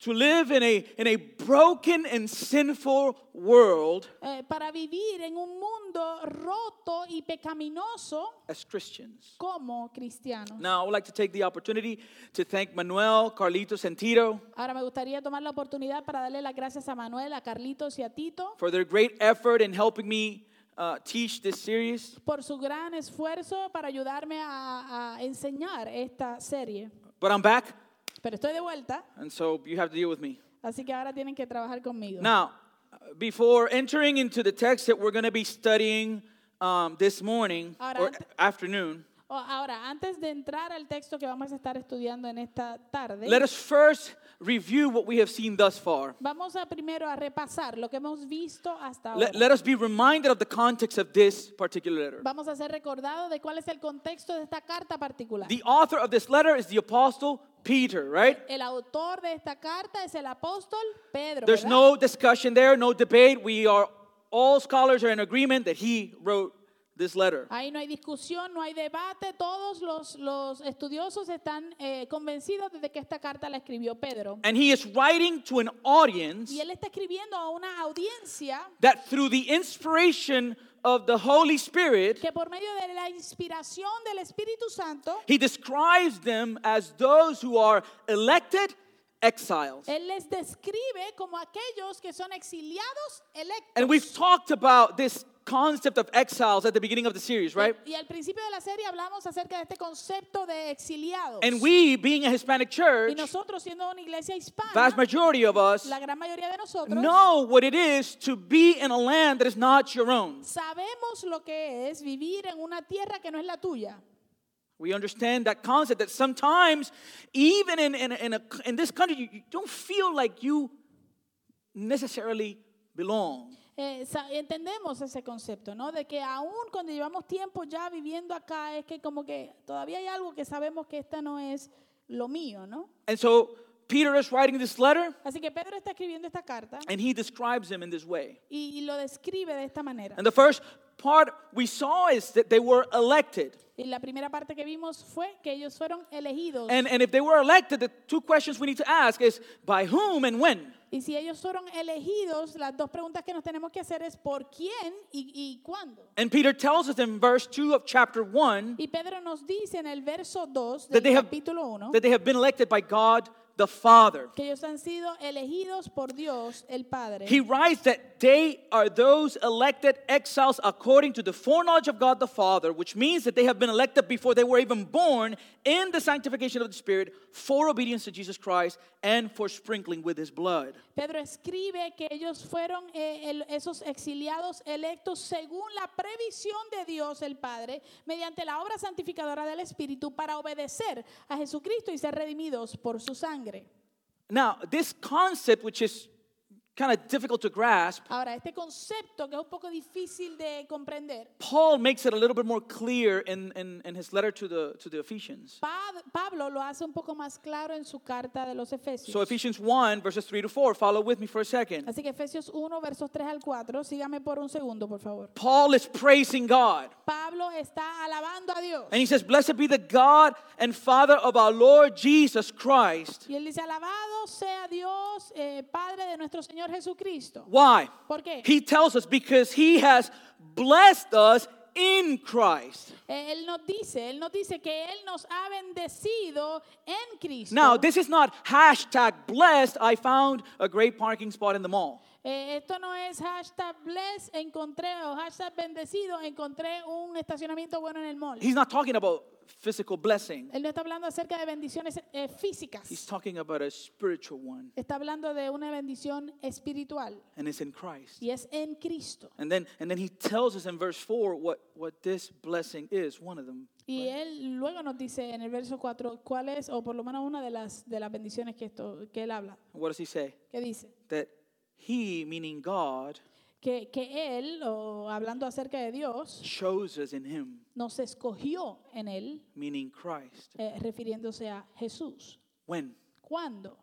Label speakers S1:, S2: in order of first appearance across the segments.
S1: to live in a, in a broken and sinful world
S2: eh, para vivir en un mundo roto y pecaminoso
S1: as Christians.
S2: como cristianos.
S1: Now, I would like to take the opportunity to thank Manuel, Carlitos, and Tito
S2: Ahora me gustaría tomar la oportunidad para darle las gracias a Manuel, a Carlitos y a Tito
S1: for their great effort in helping me uh, teach this series.
S2: por su gran esfuerzo para ayudarme a, a enseñar esta serie.
S1: But I'm back,
S2: Pero estoy de vuelta,
S1: and so you have to deal with me.
S2: así que ahora tienen que trabajar conmigo.
S1: Now, before entering into the text that we're going to be studying um, this morning
S2: Ahora,
S1: or
S2: ante-
S1: afternoon,
S2: O- Oh, Ahora, antes de entrar al texto que vamos a estar estudiando en esta tarde,
S1: let us first review what we have seen thus far.
S2: vamos a primero a repasar lo que hemos visto hasta ahora.
S1: Let, let us be reminded of the context of this particular letter.
S2: vamos a ser recordados de cuál es el contexto de esta carta particular.
S1: The author of this letter is the apostle Peter, right?
S2: el autor de esta carta es el apóstol Pedro.
S1: There's
S2: ¿verdad?
S1: no discussion there, no debate. We are all scholars are in agreement that he wrote this letter.
S2: Ahí no hay discusión, no hay debate. Todos los, los estudiosos están eh, convencidos desde que esta carta la escribió Pedro.
S1: And he is writing to an audience
S2: Y él está escribiendo a una audiencia
S1: that through the inspiration of the Holy Spirit,
S2: que por medio de la inspiración del Espíritu Santo
S1: he describes them as those who are elected exiles.
S2: Él les describe como aquellos que son exiliados electos.
S1: And we've talked about this concept of exiles at the beginning of the series, right?
S2: Y al principio de la serie hablamos acerca de este concepto de exiliados.
S1: And we, being a Hispanic
S2: y
S1: church,
S2: nosotros siendo una iglesia hispana,
S1: vast majority of us
S2: la gran mayoría de nosotros
S1: know what it is to be in a land that is not your own.
S2: sabemos lo que es vivir en una tierra que no es la tuya.
S1: We understand that concept that sometimes, even in, in, in, a, in this country, you, you don't feel like you necessarily belong.
S2: Eh, sa- entendemos ese concepto, ¿no? De que aún cuando llevamos tiempo ya viviendo acá, es que como que todavía hay algo que sabemos que esta no es lo mío, ¿no?
S1: And so Peter is writing this letter
S2: Así que Pedro está escribiendo esta carta
S1: and he describes them in this way.
S2: y, y lo describe de esta manera.
S1: And the first part we saw is that they were elected.
S2: Y la primera parte que vimos fue que ellos fueron elegidos.
S1: And, and if they were elected, the two questions we need to ask is by whom and when?
S2: y si ellos fueron elegidos, las dos preguntas que nos tenemos que hacer es por quién y, y cuándo.
S1: And Peter tells us in verse 2 of chapter 1
S2: Y Pedro nos dice en el verso 2
S1: that
S2: del
S1: they have,
S2: capítulo 1
S1: that they have been elected by God the Father.
S2: que ellos han sido elegidos por Dios el Padre.
S1: He writes that they are those elected exiles according to the foreknowledge of God the Father, which means that they have been elected before they were even born in the sanctification of the Spirit for obedience to Jesus Christ and for sprinkling with his blood.
S2: Pedro escribe que ellos fueron eh, el- esos exiliados electos según la previsión de Dios el Padre, mediante la obra santificadora del Espíritu, para obedecer a Jesucristo y ser redimidos por su sangre.
S1: Now, this concept, which is kind of difficult to grasp,
S2: Ahora, este concepto que es un poco difícil de comprender,
S1: Paul makes it a little bit more clear in, in, in his letter to the, to the Ephesians.
S2: Pa- Pablo lo hace un poco más claro en su carta de los Efesios.
S1: So, Ephesians 1, verses 3 to 4, follow with me for a second.
S2: Así que Efesios 1, versos 3 al 4, sígame por un segundo, por favor.
S1: Paul is praising God.
S2: Pablo está alabando a Dios.
S1: And he says, Blessed be the God and Father of our Lord Jesus Christ.
S2: Y él dice, alabado sea Dios, eh, Padre de nuestro Señor Jesucristo.
S1: Why?
S2: ¿Por qué?
S1: He tells us because he has blessed us in Christ.
S2: Eh, él nos dice, él nos dice que él nos ha bendecido en Cristo.
S1: Now, this is not hashtag blessed, I found a great parking spot in the mall.
S2: Eh, esto no es hashtag bless, encontré, o hashtag bendecido, encontré un estacionamiento bueno en el mall.
S1: He's not talking about physical blessing,
S2: Él no está hablando acerca de bendiciones eh,
S1: he's
S2: físicas.
S1: talking about a spiritual one,
S2: Está hablando de una bendición espiritual
S1: and it's in Christ.
S2: y es en Cristo.
S1: And then, and then he tells us in verse 4 what, what this blessing is, one of them.
S2: Y él luego nos dice en el verso 4 cuál es, o por lo menos una de las, de las bendiciones que, esto, que él habla,
S1: What does he say?
S2: que dice
S1: That he, meaning God,
S2: que, que él, o hablando acerca de Dios,
S1: chose us in him.
S2: nos escogió en él,
S1: meaning Christ.
S2: eh, refiriéndose a Jesús.
S1: When?
S2: ¿Cuándo?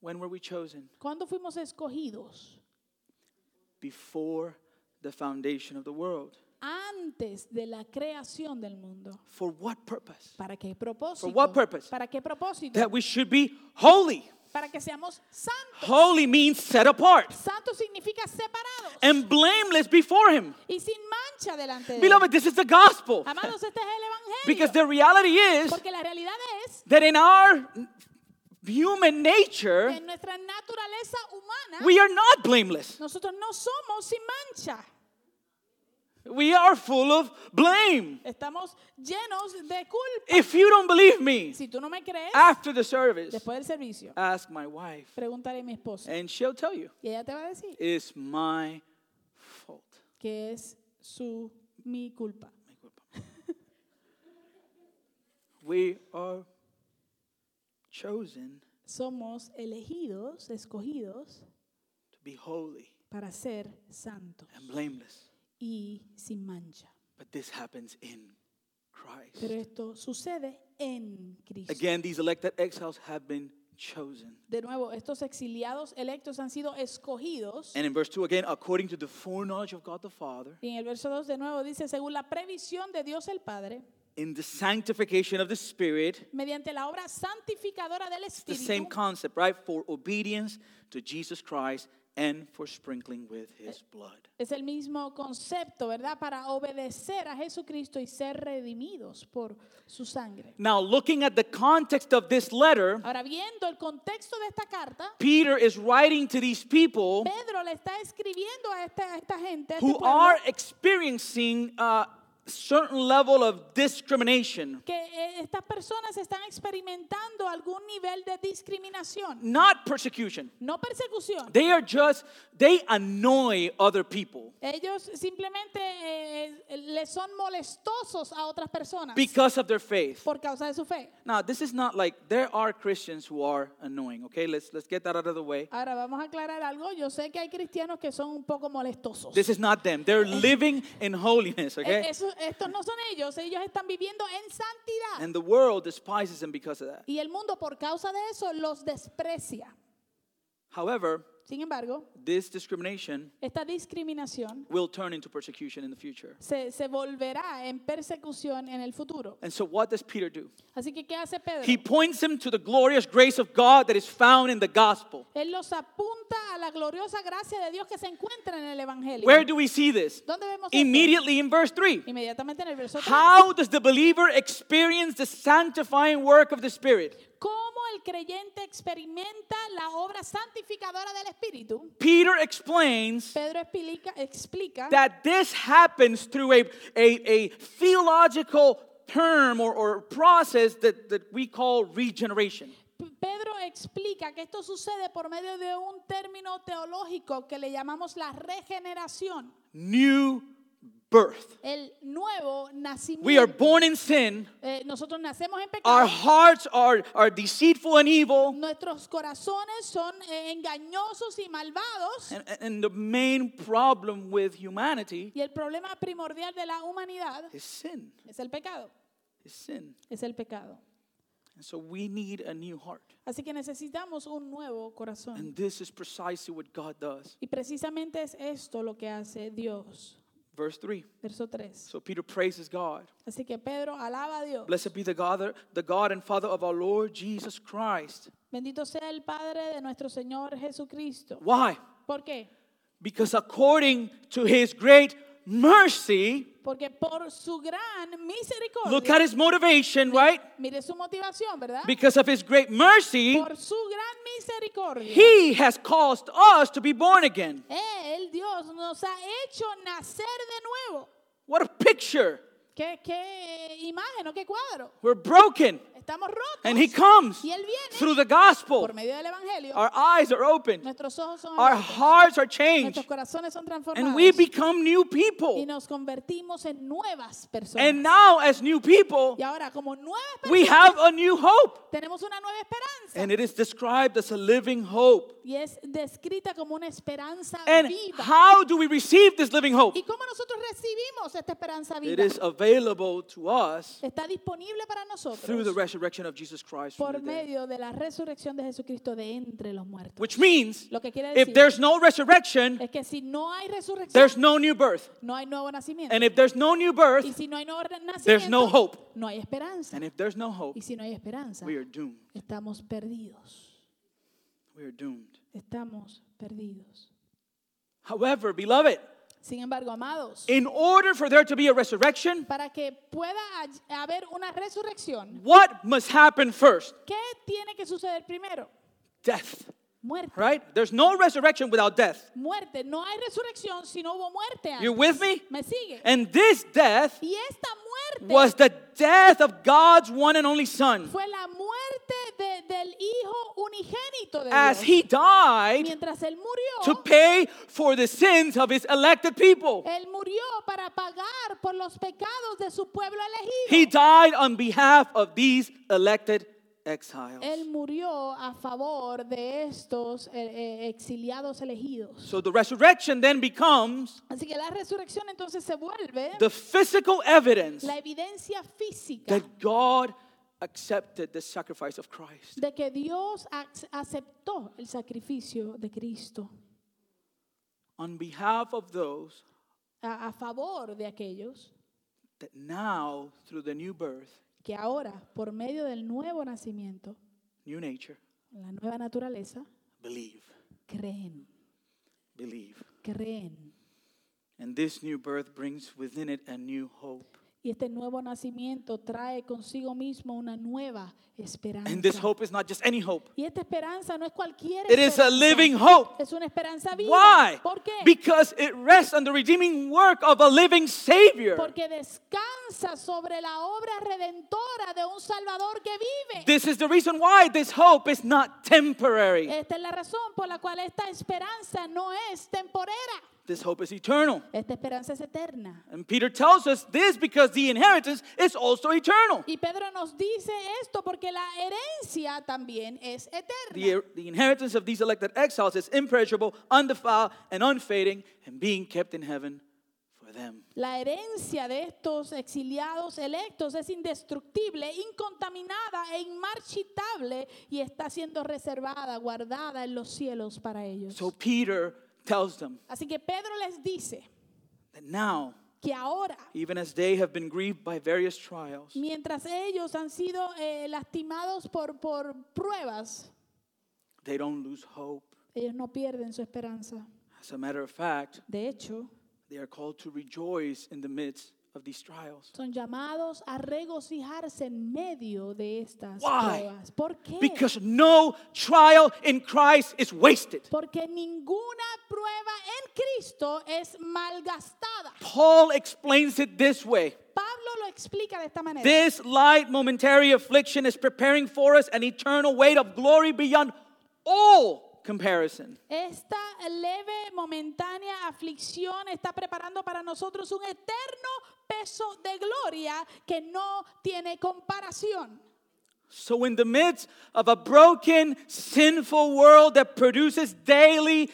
S1: When were we chosen?
S2: ¿Cuándo fuimos escogidos?
S1: Before the foundation of the world.
S2: Antes de la creación del mundo.
S1: For what purpose?
S2: ¿Para qué propósito?
S1: what purpose?
S2: ¿Para qué propósito?
S1: That we should be holy.
S2: para que seamos santos.
S1: Holy means set apart
S2: Santo significa separados
S1: and blameless before Him.
S2: y sin mancha delante de él.
S1: Beloved, this is the gospel.
S2: Amados, este es el evangelio.
S1: Because the reality is
S2: Porque la realidad es
S1: that in our human
S2: que
S1: nature,
S2: en nuestra naturaleza humana
S1: we are not blameless.
S2: nosotros no somos sin mancha.
S1: We are full of blame.
S2: Estamos llenos de culpa.
S1: If you don't believe me,
S2: Si tú no me crees,
S1: after the service,
S2: después del servicio,
S1: ask my wife,
S2: preguntaré a mi esposa
S1: and she'll tell you
S2: y ella te va a decir
S1: it's my fault.
S2: que es su mi culpa.
S1: We are chosen
S2: Somos elegidos, escogidos
S1: to be holy
S2: para ser santos
S1: and blameless.
S2: y sin mancha.
S1: But this happens in Christ.
S2: Pero esto sucede en Cristo.
S1: Again, these elected exiles have been chosen.
S2: De nuevo, estos exiliados electos han sido escogidos.
S1: And in verse 2 again, according to the foreknowledge of God the Father,
S2: Y en el verso 2 de nuevo dice, según la previsión de Dios el Padre,
S1: in the sanctification of the Spirit,
S2: mediante la obra santificadora del
S1: the same
S2: Espíritu.
S1: concept, right? For obedience to Jesus Christ and for sprinkling with his
S2: Eh.
S1: blood.
S2: Es el mismo concepto, ¿verdad? Para obedecer a Jesucristo y ser redimidos por su sangre.
S1: Now, looking at the context of this letter,
S2: Ahora, viendo el contexto de esta carta,
S1: Peter is writing to these people
S2: Pedro le está escribiendo a esta, a esta gente a este
S1: who
S2: pueblo,
S1: are experiencing a certain level of discrimination.
S2: que eh, estas personas están experimentando algún nivel de discriminación,
S1: not persecution.
S2: no persecución.
S1: They are just, they annoy other people
S2: Ellos simplemente eh, eh, le son molestosos a otras personas
S1: because of their faith.
S2: por causa de su fe.
S1: Now, this is not like there are Christians who are annoying, okay? Let's, let's get that out of the way.
S2: Ahora vamos a aclarar algo. Yo sé que hay cristianos que son un poco molestosos.
S1: This is not them. They're living in holiness,
S2: Eh,
S1: okay?
S2: eso- estos no son ellos, ellos están viviendo en santidad.
S1: And the world despises them because of that.
S2: y el mundo por causa de eso los desprecia.
S1: However,
S2: Sin embargo,
S1: this discrimination
S2: esta discriminación
S1: will turn into persecution in the future.
S2: se, se volverá en persecución en el futuro.
S1: And so, what does Peter do?
S2: Así que, ¿qué hace Pedro?
S1: He points them to the glorious grace of God that is found in the gospel.
S2: Él los apunta a la gloriosa gracia de Dios que se encuentra en el Evangelio.
S1: Where do we see this?
S2: ¿Dónde vemos esto?
S1: Immediately in verse 3.
S2: Inmediatamente en el verso 3.
S1: How does the believer experience the sanctifying work of the Spirit?
S2: ¿Cómo el creyente experimenta la obra santificadora del Espíritu?
S1: Peter explains
S2: Pedro explica, explica
S1: that this happens through a, a, a theological term or, or process that, that we call regeneration.
S2: P- Pedro explica que esto sucede por medio de un término teológico que le llamamos la regeneración,
S1: New birth.
S2: el nuevo nacimiento.
S1: We are born in sin,
S2: Eh, nosotros nacemos en pecado,
S1: our hearts are, are deceitful and evil,
S2: nuestros corazones son eh, engañosos y malvados.
S1: and, and the main problem with humanity
S2: Y el problema primordial de la humanidad
S1: is sin.
S2: es el pecado,
S1: Is sin.
S2: es el pecado.
S1: And so we need a new heart.
S2: Así que necesitamos un nuevo corazón.
S1: And this is precisely what God does.
S2: Y precisamente es esto lo que hace Dios.
S1: Verse 3.
S2: Verso 3.
S1: So Peter praises God.
S2: Así que Pedro alaba a Dios.
S1: Blessed be the God, the God and Father of our Lord Jesus Christ.
S2: Bendito sea el Padre de nuestro Señor Jesucristo.
S1: Why?
S2: ¿Por qué?
S1: Because according to his great mercy,
S2: Porque por su gran
S1: look
S2: misericordia,
S1: at his motivation, right?
S2: mire su motivación, ¿verdad?
S1: Because of his great mercy,
S2: Por su gran misericordia,
S1: he has caused us to be born again.
S2: Él, Dios, nos ha hecho nacer de nuevo.
S1: What a picture.
S2: ¿Qué, qué imagen o qué cuadro?
S1: We're broken.
S2: Estamos rotos.
S1: And he comes
S2: y Él viene
S1: through the
S2: por
S1: gospel.
S2: medio del Evangelio.
S1: Our eyes are opened,
S2: nuestros ojos son
S1: our
S2: abiertos,
S1: hearts are changed,
S2: nuestros corazones son transformados.
S1: and we become new
S2: y
S1: people.
S2: nos convertimos en nuevas personas.
S1: And now, as new people,
S2: y ahora, como nuevas personas,
S1: we have a new hope.
S2: tenemos una nueva esperanza.
S1: And it is described as a living hope.
S2: y es descrita como una esperanza
S1: And
S2: viva.
S1: how do we receive this living hope?
S2: ¿Y cómo nosotros recibimos esta esperanza
S1: It
S2: viva?
S1: is available to us
S2: Está disponible para nosotros
S1: through the resurrection of Jesus Christ from the
S2: por
S1: dead.
S2: medio de la resurrección de Jesucristo de entre los muertos.
S1: Which means,
S2: Lo que quiere
S1: if
S2: decir
S1: there's no resurrection,
S2: es que si no hay resurrección,
S1: there's no new birth.
S2: no hay nuevo nacimiento.
S1: And if there's no new
S2: y
S1: birth,
S2: si no hay nuevo re- nacimiento,
S1: there's no hope.
S2: no hay esperanza.
S1: And if there's no hope,
S2: Y si no hay esperanza,
S1: we are doomed.
S2: estamos perdidos.
S1: we are doomed.
S2: Estamos perdidos.
S1: However, beloved,
S2: Sin embargo, amados,
S1: in order for there to be a resurrection,
S2: para que pueda ha- haber una resurrección,
S1: what must happen first?
S2: ¿qué tiene que suceder primero?
S1: Death,
S2: Muerte.
S1: right? There's no resurrection without death.
S2: Muerte. No hay resurrección si no hubo muerte antes.
S1: You with me?
S2: ¿Me sigue?
S1: And this death
S2: y esta muerte
S1: was the death of God's one and only Son.
S2: fue la muerte de- del Hijo unigénito de
S1: As
S2: Dios.
S1: he died
S2: Mientras Él
S1: to
S2: murió,
S1: pay for the sins of his elected people,
S2: Él murió para pagar por los pecados de su pueblo elegido.
S1: he died on behalf of these elected exiles.
S2: Él murió a favor de estos eh, eh, exiliados elegidos.
S1: So the resurrection then becomes
S2: Así que la resurrección entonces se vuelve
S1: the physical evidence
S2: la evidencia física
S1: that God accepted the sacrifice of Christ.
S2: de que Dios ac- aceptó el sacrificio de Cristo
S1: on behalf of those
S2: a, a favor de aquellos
S1: that now, through the new birth,
S2: que ahora, por medio del nuevo nacimiento,
S1: new nature,
S2: la nueva naturaleza,
S1: believe,
S2: creen,
S1: believe.
S2: creen.
S1: And this new birth brings within it a new hope.
S2: Y este nuevo nacimiento trae consigo mismo una nueva esperanza.
S1: And this hope is not just any hope,
S2: Y esta esperanza no es cualquier
S1: it is a
S2: esperanza.
S1: living hope.
S2: Es una esperanza viva.
S1: Why?
S2: ¿Por qué?
S1: Because it rests on the redeeming work of a living Savior.
S2: Porque descansa sobre la obra redentora de un Salvador que vive.
S1: This is the reason why this hope is not temporary.
S2: Esta es la razón por la cual esta esperanza no es temporera.
S1: This hope is eternal.
S2: Esta esperanza es eterna.
S1: And Peter tells us this because the inheritance is also eternal.
S2: Y Pedro nos dice esto porque la herencia también es eterna.
S1: The, er, the inheritance of these elected exiles is imperishable, undefiled, and unfading, and being kept in heaven for them.
S2: La herencia de estos exiliados electos es indestructible, incontaminada e inmarchitable y está siendo reservada, guardada en los cielos para ellos.
S1: So Peter tells them
S2: Así que Pedro les dice
S1: that now,
S2: que ahora,
S1: even as they have been grieved by various trials,
S2: mientras ellos han sido eh, lastimados por, por pruebas,
S1: they don't lose hope.
S2: ellos no pierden su esperanza.
S1: As a matter of fact,
S2: De hecho,
S1: they are called to rejoice in the midst of these trials
S2: son llamados a regocijarse en medio de estas
S1: Why?
S2: pruebas. ¿Por qué?
S1: because no trial in Christ is wasted.
S2: Porque ninguna prueba en Cristo es malgastada.
S1: Paul explains it this way.
S2: Pablo lo explica de esta manera.
S1: This light momentary affliction is preparing for us an eternal weight of glory beyond all comparison.
S2: esta leve, momentánea aflicción está preparando para nosotros un eterno peso de gloria que no tiene comparación.
S1: So, in the midst of a broken, sinful world that produces daily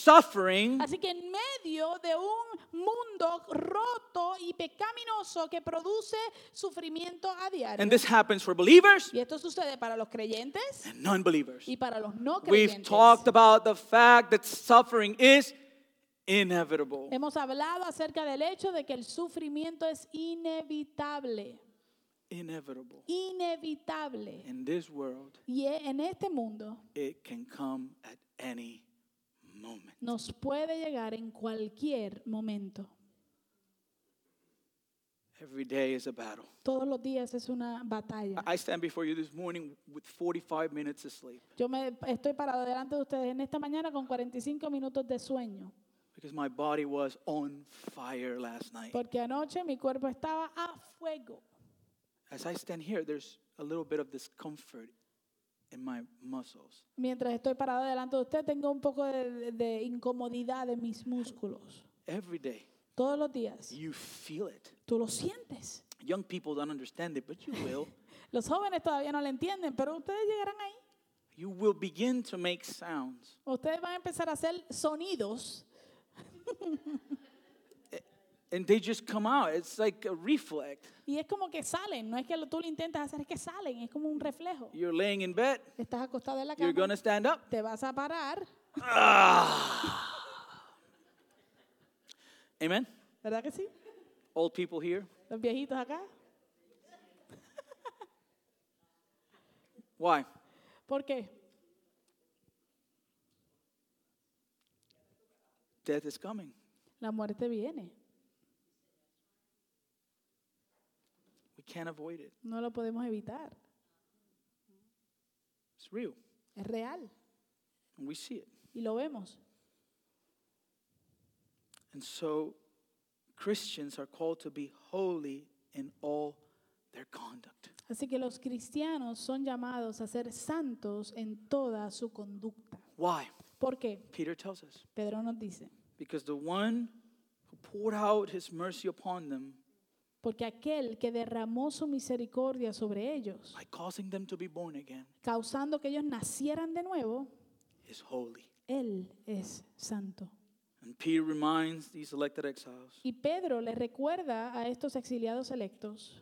S1: suffering,
S2: Así que en medio de un mundo roto y pecaminoso que produce sufrimiento a diario.
S1: and this happens for believers
S2: Y esto sucede para los creyentes
S1: and non believers,
S2: y para los no
S1: we've
S2: creyentes.
S1: talked about the fact that suffering is inevitable.
S2: Hemos hablado acerca del hecho de que el sufrimiento es inevitable,
S1: Inevitable.
S2: inevitable.
S1: In this world,
S2: Y e- en este mundo
S1: it can come at any moment.
S2: nos puede llegar en cualquier momento.
S1: Every day is a battle.
S2: Todos los días es una batalla.
S1: I stand before you this morning with 45 minutes of sleep
S2: Yo me estoy parado delante de ustedes en esta mañana con 45 minutos de sueño,
S1: because my body was on fire last night.
S2: porque anoche mi cuerpo estaba a fuego.
S1: As I stand here, there's a little bit of discomfort in my muscles.
S2: Mientras estoy parado delante de usted, tengo un poco de, de incomodidad en mis músculos.
S1: Every day,
S2: Todos los días.
S1: you feel it.
S2: Tú lo sientes.
S1: Young people don't understand it, but you will.
S2: Los jóvenes todavía no lo entienden, pero ustedes llegarán ahí.
S1: you will begin to make sounds.
S2: Ustedes van a empezar a hacer sonidos
S1: And they just come out. It's like a reflex.
S2: y es como que salen. No es que lo- tú lo intentas hacer, es que salen. Es como un reflejo.
S1: You're laying in bed,
S2: Estás acostado en la
S1: you're
S2: cama,
S1: going to stand up.
S2: te vas a parar,
S1: Amen.
S2: ¿verdad que sí?
S1: Old people here.
S2: Los viejitos acá.
S1: Why?
S2: ¿Por qué?
S1: Death is coming.
S2: La muerte viene.
S1: We can't avoid it.
S2: No lo podemos evitar.
S1: It's real.
S2: Es real.
S1: And we see it.
S2: Y lo vemos.
S1: And so Christians are called to be holy in all their conduct.
S2: Así que los cristianos son llamados a ser santos en toda su conducta.
S1: Why?
S2: ¿Por qué?
S1: Peter tells us.
S2: Pedro nos dice,
S1: Because the one who poured out his mercy upon them
S2: porque aquel que derramó su misericordia sobre ellos,
S1: by causing them to be born again
S2: causando que ellos nacieran de nuevo,
S1: is holy.
S2: él es santo.
S1: And Peter reminds these elected exiles
S2: Y Pedro le recuerda a estos exiliados electos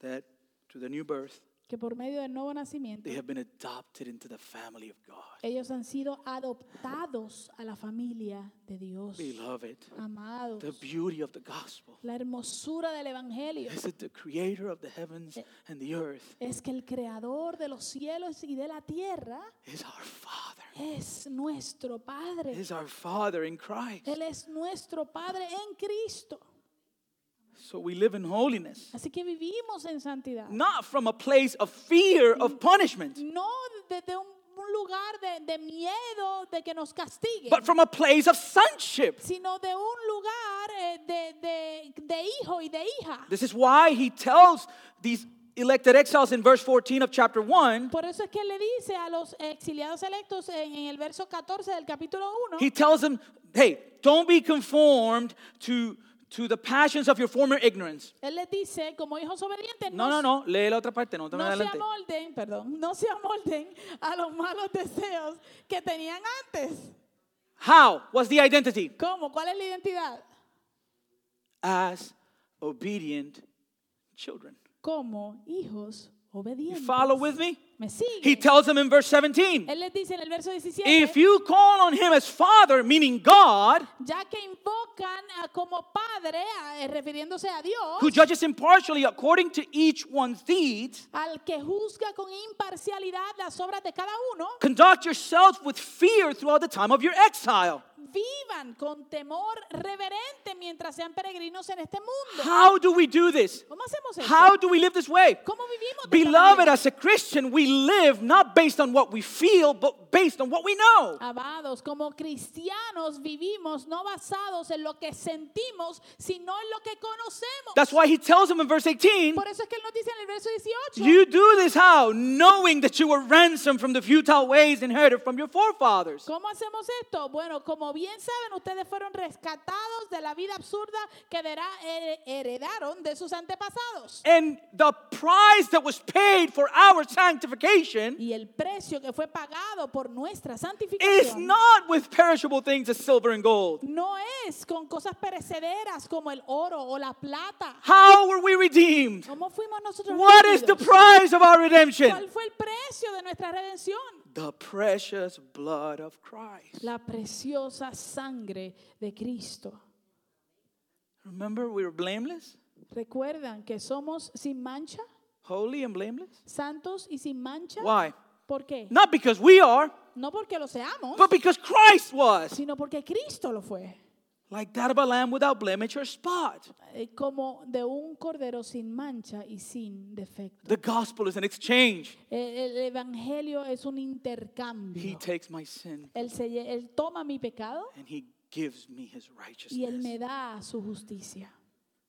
S1: that through the new birth,
S2: que por medio del nuevo nacimiento
S1: they have been adopted into the family of God.
S2: ellos han sido adoptados a la familia de Dios,
S1: Beloved,
S2: amados.
S1: the beauty of the gospel
S2: La hermosura del Evangelio
S1: is that the creator of the heavens and the earth
S2: es que el creador de los cielos y de la tierra
S1: is our Father,
S2: es nuestro Padre.
S1: is our Father in Christ.
S2: Él es nuestro Padre en Cristo.
S1: So we live in holiness.
S2: Así que vivimos en santidad.
S1: not from a place of fear of punishment,
S2: No desde un un lugar de, de miedo de que nos castiguen,
S1: but from a place of sonship.
S2: sino de un lugar eh, de, de- de hijo y de hija.
S1: This is why he tells these elected exiles in verse 14 of chapter 1,
S2: Por eso es que le dice a los exiliados electos en, en el verso 14 del capítulo 1,
S1: he tells them, hey, don't be conformed to, to the passions of your former ignorance.
S2: él les dice, como hijos obedientes,
S1: No, no, no, lee la otra parte, no, te me
S2: No se
S1: adelante.
S2: amolden, perdón, no se amolden a los malos deseos que tenían antes.
S1: How? What's the identity?
S2: ¿Cómo? ¿Cuál es la identidad?
S1: As obedient children.
S2: Como hijos
S1: You
S2: obedientes.
S1: follow with me?
S2: ¿Me
S1: He
S2: sigue?
S1: tells them in verse 17,
S2: Él les dice en el verso 17,
S1: if you call on him as father, meaning God,
S2: ya que invocan a- como padre, a- eh, refiriéndose a Dios,
S1: who judges impartially according to each one's deeds,
S2: al que juzga con imparcialidad las obras de cada uno,
S1: conduct yourselves with fear throughout the time of your exile.
S2: vivan con temor reverente mientras sean peregrinos en este mundo.
S1: How do we do this?
S2: ¿Cómo hacemos esto?
S1: How do we live this way?
S2: ¿Cómo vivimos? de esta
S1: Beloved,
S2: manera?
S1: as a Christian, we live not based on what we feel, but based on what we know.
S2: Amados, como cristianos vivimos no basados en lo que sentimos, sino en lo que conocemos.
S1: That's why he tells them in verse 18
S2: Por eso es que él nos dice en el verso 18,
S1: you do this how? Knowing that you were ransomed from the futile ways inherited from your forefathers.
S2: ¿cómo hacemos esto? Bueno, como bien saben, ustedes fueron rescatados de la vida absurda que dera- her- heredaron de sus antepasados.
S1: And the price that was paid for our sanctification
S2: Y el precio que fue pagado por nuestra
S1: is
S2: santificación
S1: not with perishable things as silver and gold.
S2: no es con cosas perecederas como el oro o la plata.
S1: How were we redeemed?
S2: ¿Cómo fuimos nosotros?
S1: What is the
S2: redimidos?
S1: price of our redemption?
S2: ¿Cuál fue el precio de nuestra redención?
S1: The precious blood of Christ.
S2: la preciosa sangre de Cristo.
S1: Remember, we were blameless,
S2: ¿Recuerdan que somos sin mancha?
S1: holy and blameless.
S2: ¿Santos y sin mancha?
S1: Why?
S2: ¿Por qué?
S1: Not because we are,
S2: No porque lo seamos,
S1: but because Christ was.
S2: sino porque Cristo lo fue.
S1: Like that of a lamb without blemish or spot.
S2: Eh, Como de un cordero sin mancha y sin defecto.
S1: The gospel is an exchange.
S2: Eh, El evangelio es un
S1: He
S2: intercambio.
S1: takes my sin
S2: Él, se lle- él toma mi pecado
S1: and he gives me his
S2: y él
S1: righteousness.
S2: me da su justicia.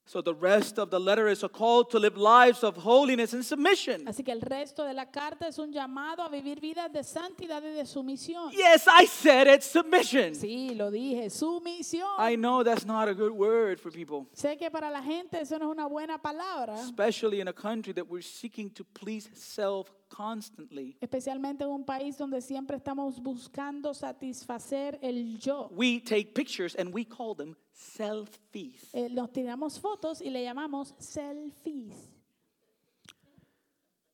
S1: So the rest of the letter is a call to live lives of holiness and submission.
S2: Así que el resto de la carta es un llamado a vivir vidas de santidad y de sumisión.
S1: Yes, I said it, submission.
S2: Sí, lo dije, sumisión.
S1: I know that's not a good word for people.
S2: Sé que para la gente eso no es una buena palabra,
S1: especially in a country that we're seeking to please self constantly.
S2: especialmente en un país donde siempre estamos buscando satisfacer el yo.
S1: We take pictures and we call them selfies.
S2: Eh, nos tiramos fotos y le llamamos selfies.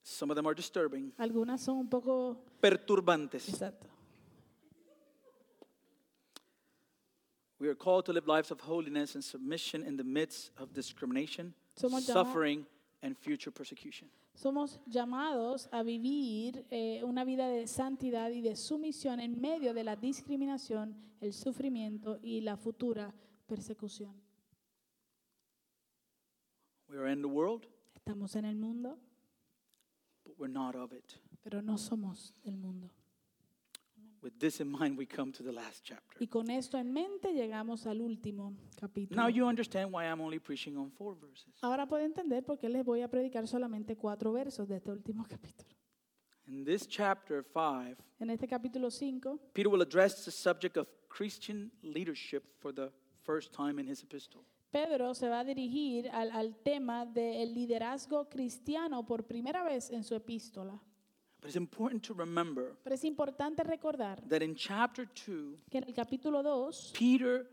S1: Some of them are disturbing,
S2: Algunas son un poco...
S1: perturbantes.
S2: Exacto.
S1: We are called to live lives of holiness and submission in the midst of discrimination,
S2: Somos llamados-
S1: suffering, and future persecution.
S2: Somos llamados a vivir eh, una vida de santidad y de sumisión en medio de la discriminación, el sufrimiento y la futura persecución.
S1: We are in the world,
S2: Estamos en el mundo,
S1: but we're not of it.
S2: pero no somos del mundo.
S1: With this in mind, we come to the last chapter.
S2: Y con esto en mente llegamos al último capítulo.
S1: Now you understand why I'm only preaching on four verses.
S2: Ahora puede entender por qué les voy a predicar solamente cuatro versos de este último capítulo.
S1: In this chapter 5,
S2: En este capítulo 5,
S1: Peter will address the subject of Christian leadership for the first time in his epistle.
S2: Pedro se va a dirigir al, al tema del liderazgo cristiano por primera vez en su epístola.
S1: But it's important to remember
S2: Pero es importante recordar
S1: that in chapter 2,
S2: que en el capítulo 2,
S1: Peter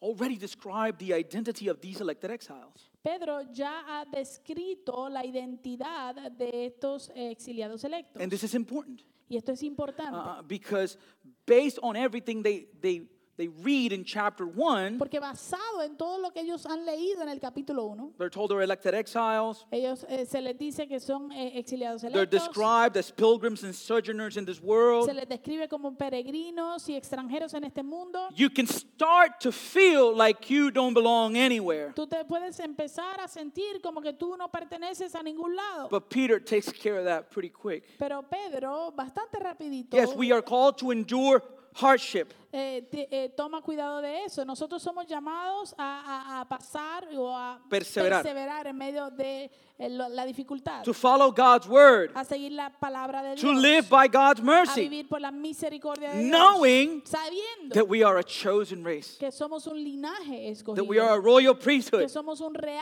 S1: already described the identity of these elected exiles.
S2: Pedro ya ha descrito la identidad de estos eh, exiliados electos.
S1: And this is important
S2: Y esto es importante,
S1: uh, because based on everything they, they, they read in chapter 1,
S2: porque basado en todo lo que ellos han leído en el capítulo 1,
S1: they're told they're elected exiles.
S2: ellos eh, se les dice que son eh, exiliados
S1: They're
S2: electos.
S1: described as pilgrims and sojourners in this
S2: Se
S1: world.
S2: les describe como peregrinos y extranjeros en este mundo.
S1: You can start to feel like you don't belong anywhere.
S2: Tú te puedes empezar a sentir como que tú no perteneces a ningún lado.
S1: But Peter takes care of that pretty quick.
S2: Pero Pedro, bastante rapidito,
S1: Yes, we are called to endure hardship.
S2: eh, te- eh, toma cuidado de eso. Nosotros somos llamados a, a- a pasar o a
S1: Perseverar.
S2: perseverar en medio de eh, lo- la dificultad,
S1: to follow God's word,
S2: a seguir la palabra de
S1: to
S2: Dios,
S1: live by God's
S2: a
S1: mercy,
S2: vivir por la misericordia de
S1: knowing
S2: Dios, sabiendo
S1: that we are a chosen race,
S2: que somos un linaje
S1: that we are
S2: escogido,
S1: a royal
S2: que
S1: priesthood,
S2: somos un real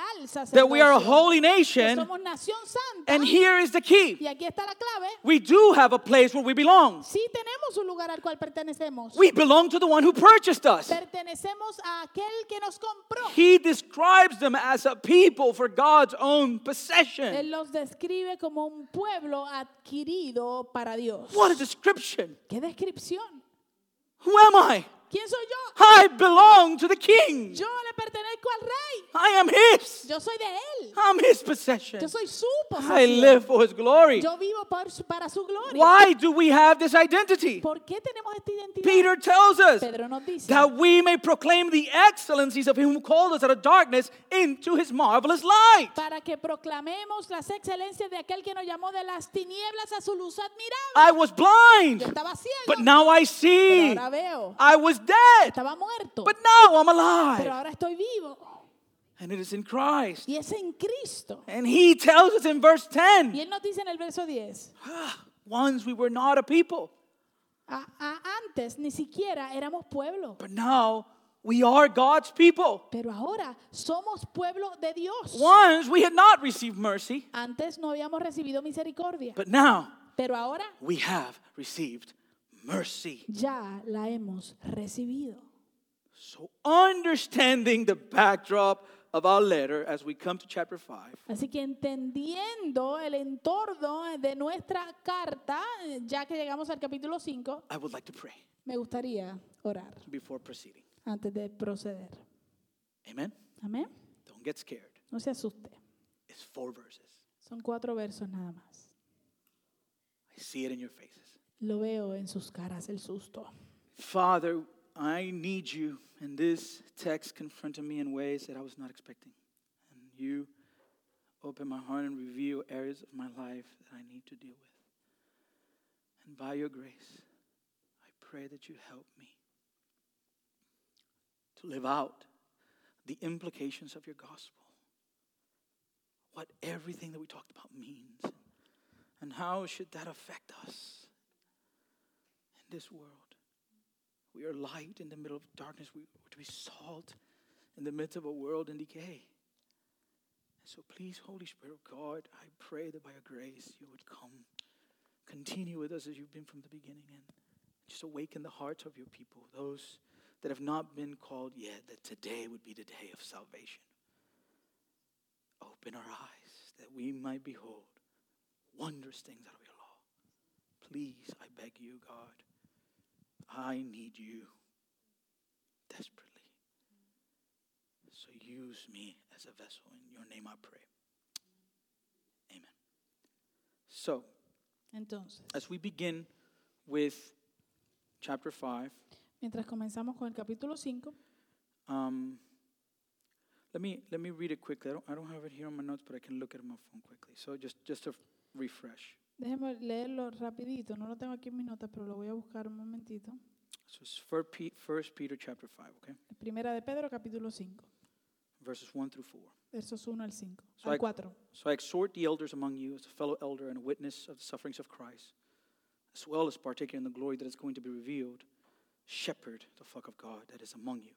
S1: that we are a
S2: sacerdocio,
S1: holy
S2: que
S1: nation.
S2: somos nación santa.
S1: And here is the
S2: Y
S1: key
S2: aquí está la clave.
S1: we do have a place where we belong.
S2: Sí tenemos un lugar al cual pertenecemos.
S1: We belong to the one who purchased us.
S2: Pertenecemos a aquel que nos compró.
S1: He describes them as a people for God's own possession.
S2: Él los describe como un pueblo adquirido para Dios.
S1: What a description!
S2: ¡Qué descripción!
S1: Who am I?
S2: ¿Quién soy yo?
S1: I belong to the King.
S2: Yo le pertenezco al rey.
S1: I am His.
S2: Yo soy de él.
S1: I'm His possession.
S2: Yo soy su
S1: I
S2: posesión.
S1: live for His glory.
S2: Yo vivo por su- para su gloria.
S1: Why do we have this identity?
S2: ¿Por qué tenemos esta identidad?
S1: Peter tells us
S2: Pedro nos dice
S1: that we may proclaim the excellencies of him who called us out of darkness into his marvelous light.
S2: para que proclamemos las excelencias de aquel que nos llamó de las tinieblas a su luz admirable.
S1: I was
S2: Yo
S1: blind,
S2: estaba ciego,
S1: but now I
S2: pero
S1: see.
S2: ahora veo.
S1: I was dead,
S2: Estaba muerto,
S1: but now I'm
S2: pero
S1: alive.
S2: ahora estoy vivo.
S1: And it is in Christ.
S2: Y es en Cristo.
S1: And he tells us in verse
S2: Y
S1: 10
S2: él nos dice en el verso 10,
S1: once we were not a people,
S2: a- a- antes ni siquiera éramos pueblo,
S1: but now we are God's people.
S2: pero ahora somos pueblo de Dios.
S1: Once we had not received mercy,
S2: Antes no habíamos recibido misericordia,
S1: but now
S2: pero ahora
S1: we have received mercy.
S2: ya la hemos recibido.
S1: So, understanding the backdrop of our letter as we come to chapter 5,
S2: Así que entendiendo el entorno de nuestra carta, ya que llegamos al capítulo 5,
S1: I would like to pray
S2: me gustaría orar
S1: before proceeding.
S2: antes de proceder.
S1: Amen?
S2: Amén.
S1: Don't get scared.
S2: No se asuste.
S1: It's four verses.
S2: Son cuatro versos nada más.
S1: I see it in your faces.
S2: Lo veo en sus caras el susto.
S1: Father, I need you, and this text confronted me in ways that I was not expecting. And you open my heart and reveal areas of my life that I need to deal with. And by your grace, I pray that you help me to live out the implications of your gospel, what everything that we talked about means, and how should that affect us in this world. We are light in the middle of darkness. We are to be salt in the midst of a world in decay. And so, please, Holy Spirit of God, I pray that by your grace you would come, continue with us as you've been from the beginning, and just awaken the hearts of your people, those that have not been called yet, that today would be the day of salvation. Open our eyes that we might behold wondrous things out of your law. Please, I beg you, God. I need you desperately. So use me as a vessel. In your name I pray. Amen. So,
S2: Entonces,
S1: as we begin with chapter 5,
S2: mientras comenzamos con el capítulo 5,
S1: um, let, me, let me read it quickly. I don't, I don't have it here on my notes, but I can look at it on my phone quickly. So, just, just to refresh.
S2: déjeme leerlo rapidito, no lo tengo aquí en mis notas, pero lo voy a buscar un momentito.
S1: So, it's 1 Pe- 1 Peter chapter 5, okay?
S2: Primera de Pedro, capítulo 5,
S1: Verses 1 through 4.
S2: versos 1 al 5,
S1: So I-
S2: al 4.
S1: So I exhort the elders among you as a fellow elder and a witness of the sufferings of Christ, as well as partaker in the glory that is going to be revealed. Shepherd the flock of God that is among you,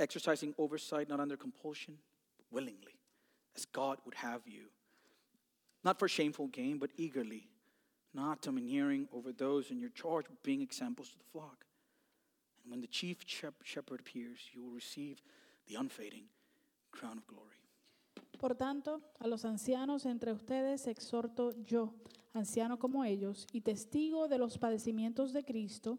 S1: exercising oversight not under compulsion, but willingly, as God would have you. Not for shameful gain, but eagerly, not domineering over those in your charge, but being examples to the flock. And when the chief shep- shepherd appears, you will receive the unfading crown of glory.
S2: Por tanto, a los ancianos entre ustedes exhorto yo, anciano como ellos, y testigo de los padecimientos de Cristo,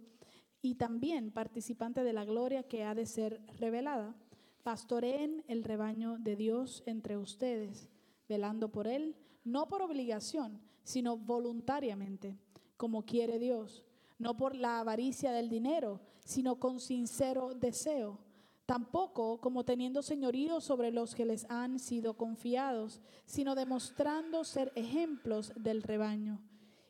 S2: y también participante de la gloria que ha de ser revelada, pastoreen el rebaño de Dios entre ustedes, velando por él, no por obligación, sino voluntariamente, como quiere Dios, no por la avaricia del dinero, sino con sincero deseo tampoco como teniendo señorío sobre los que les han sido confiados, sino demostrando ser ejemplos del rebaño.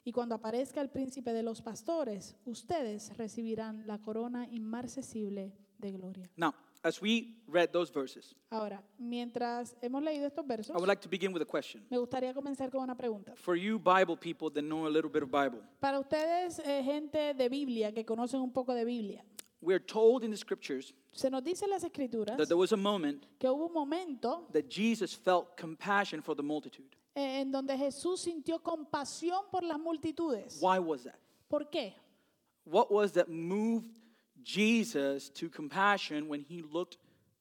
S2: Y cuando aparezca el príncipe de los pastores, ustedes recibirán la corona inmarcesible de gloria.
S1: Now, as we read those verses,
S2: Ahora, mientras hemos leído estos versos,
S1: I would like to begin with a question.
S2: me gustaría comenzar con una pregunta.
S1: For you Bible people that know a little bit of Bible,
S2: Para ustedes, eh, gente de Biblia, que conocen un poco de Biblia,
S1: we are told in the scriptures
S2: se nos dice en las escrituras
S1: that there was a moment
S2: que hubo un momento
S1: that Jesus felt compassion for the multitude.
S2: eh, en donde Jesús sintió compasión por las multitudes.
S1: Why was that?
S2: ¿Por qué?
S1: What was that moved Jesus to compassion when he looked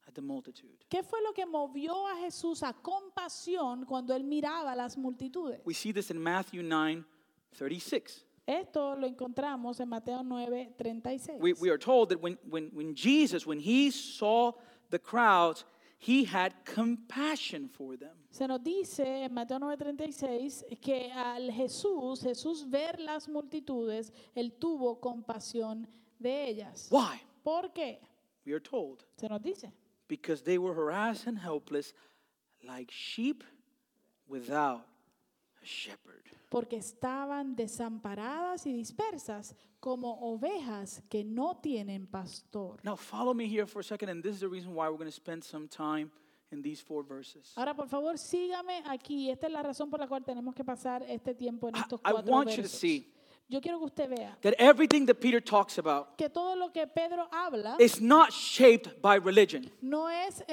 S1: at the multitude?
S2: ¿Qué fue lo que movió a Jesús a compasión cuando él miraba a las multitudes?
S1: We see this in Matthew 9 36.
S2: Esto lo encontramos en Mateo 9, 36.
S1: We, we are told that when, when, when Jesus, when he saw the crowds, he had compassion for them.
S2: Se nos dice en Mateo 9, 36 que al Jesús, Jesús ver las multitudes, él tuvo compasión de ellas.
S1: Why?
S2: ¿Por qué?
S1: We are told
S2: Se nos dice.
S1: because they were harassed and helpless like sheep without a shepherd.
S2: Porque estaban desamparadas y dispersas como ovejas que no tienen pastor.
S1: Now, follow me here for a second, and this is the reason why we're going to spend some time in these four verses. I,
S2: Ahora, por favor, sígame aquí. Esta es la razón por la cual tenemos que pasar este tiempo en estos
S1: I
S2: cuatro
S1: want you to
S2: versos.
S1: see
S2: Yo quiero que usted vea
S1: that everything that Peter talks about
S2: que todo lo que Pedro habla
S1: is not shaped by religion,
S2: no es eh,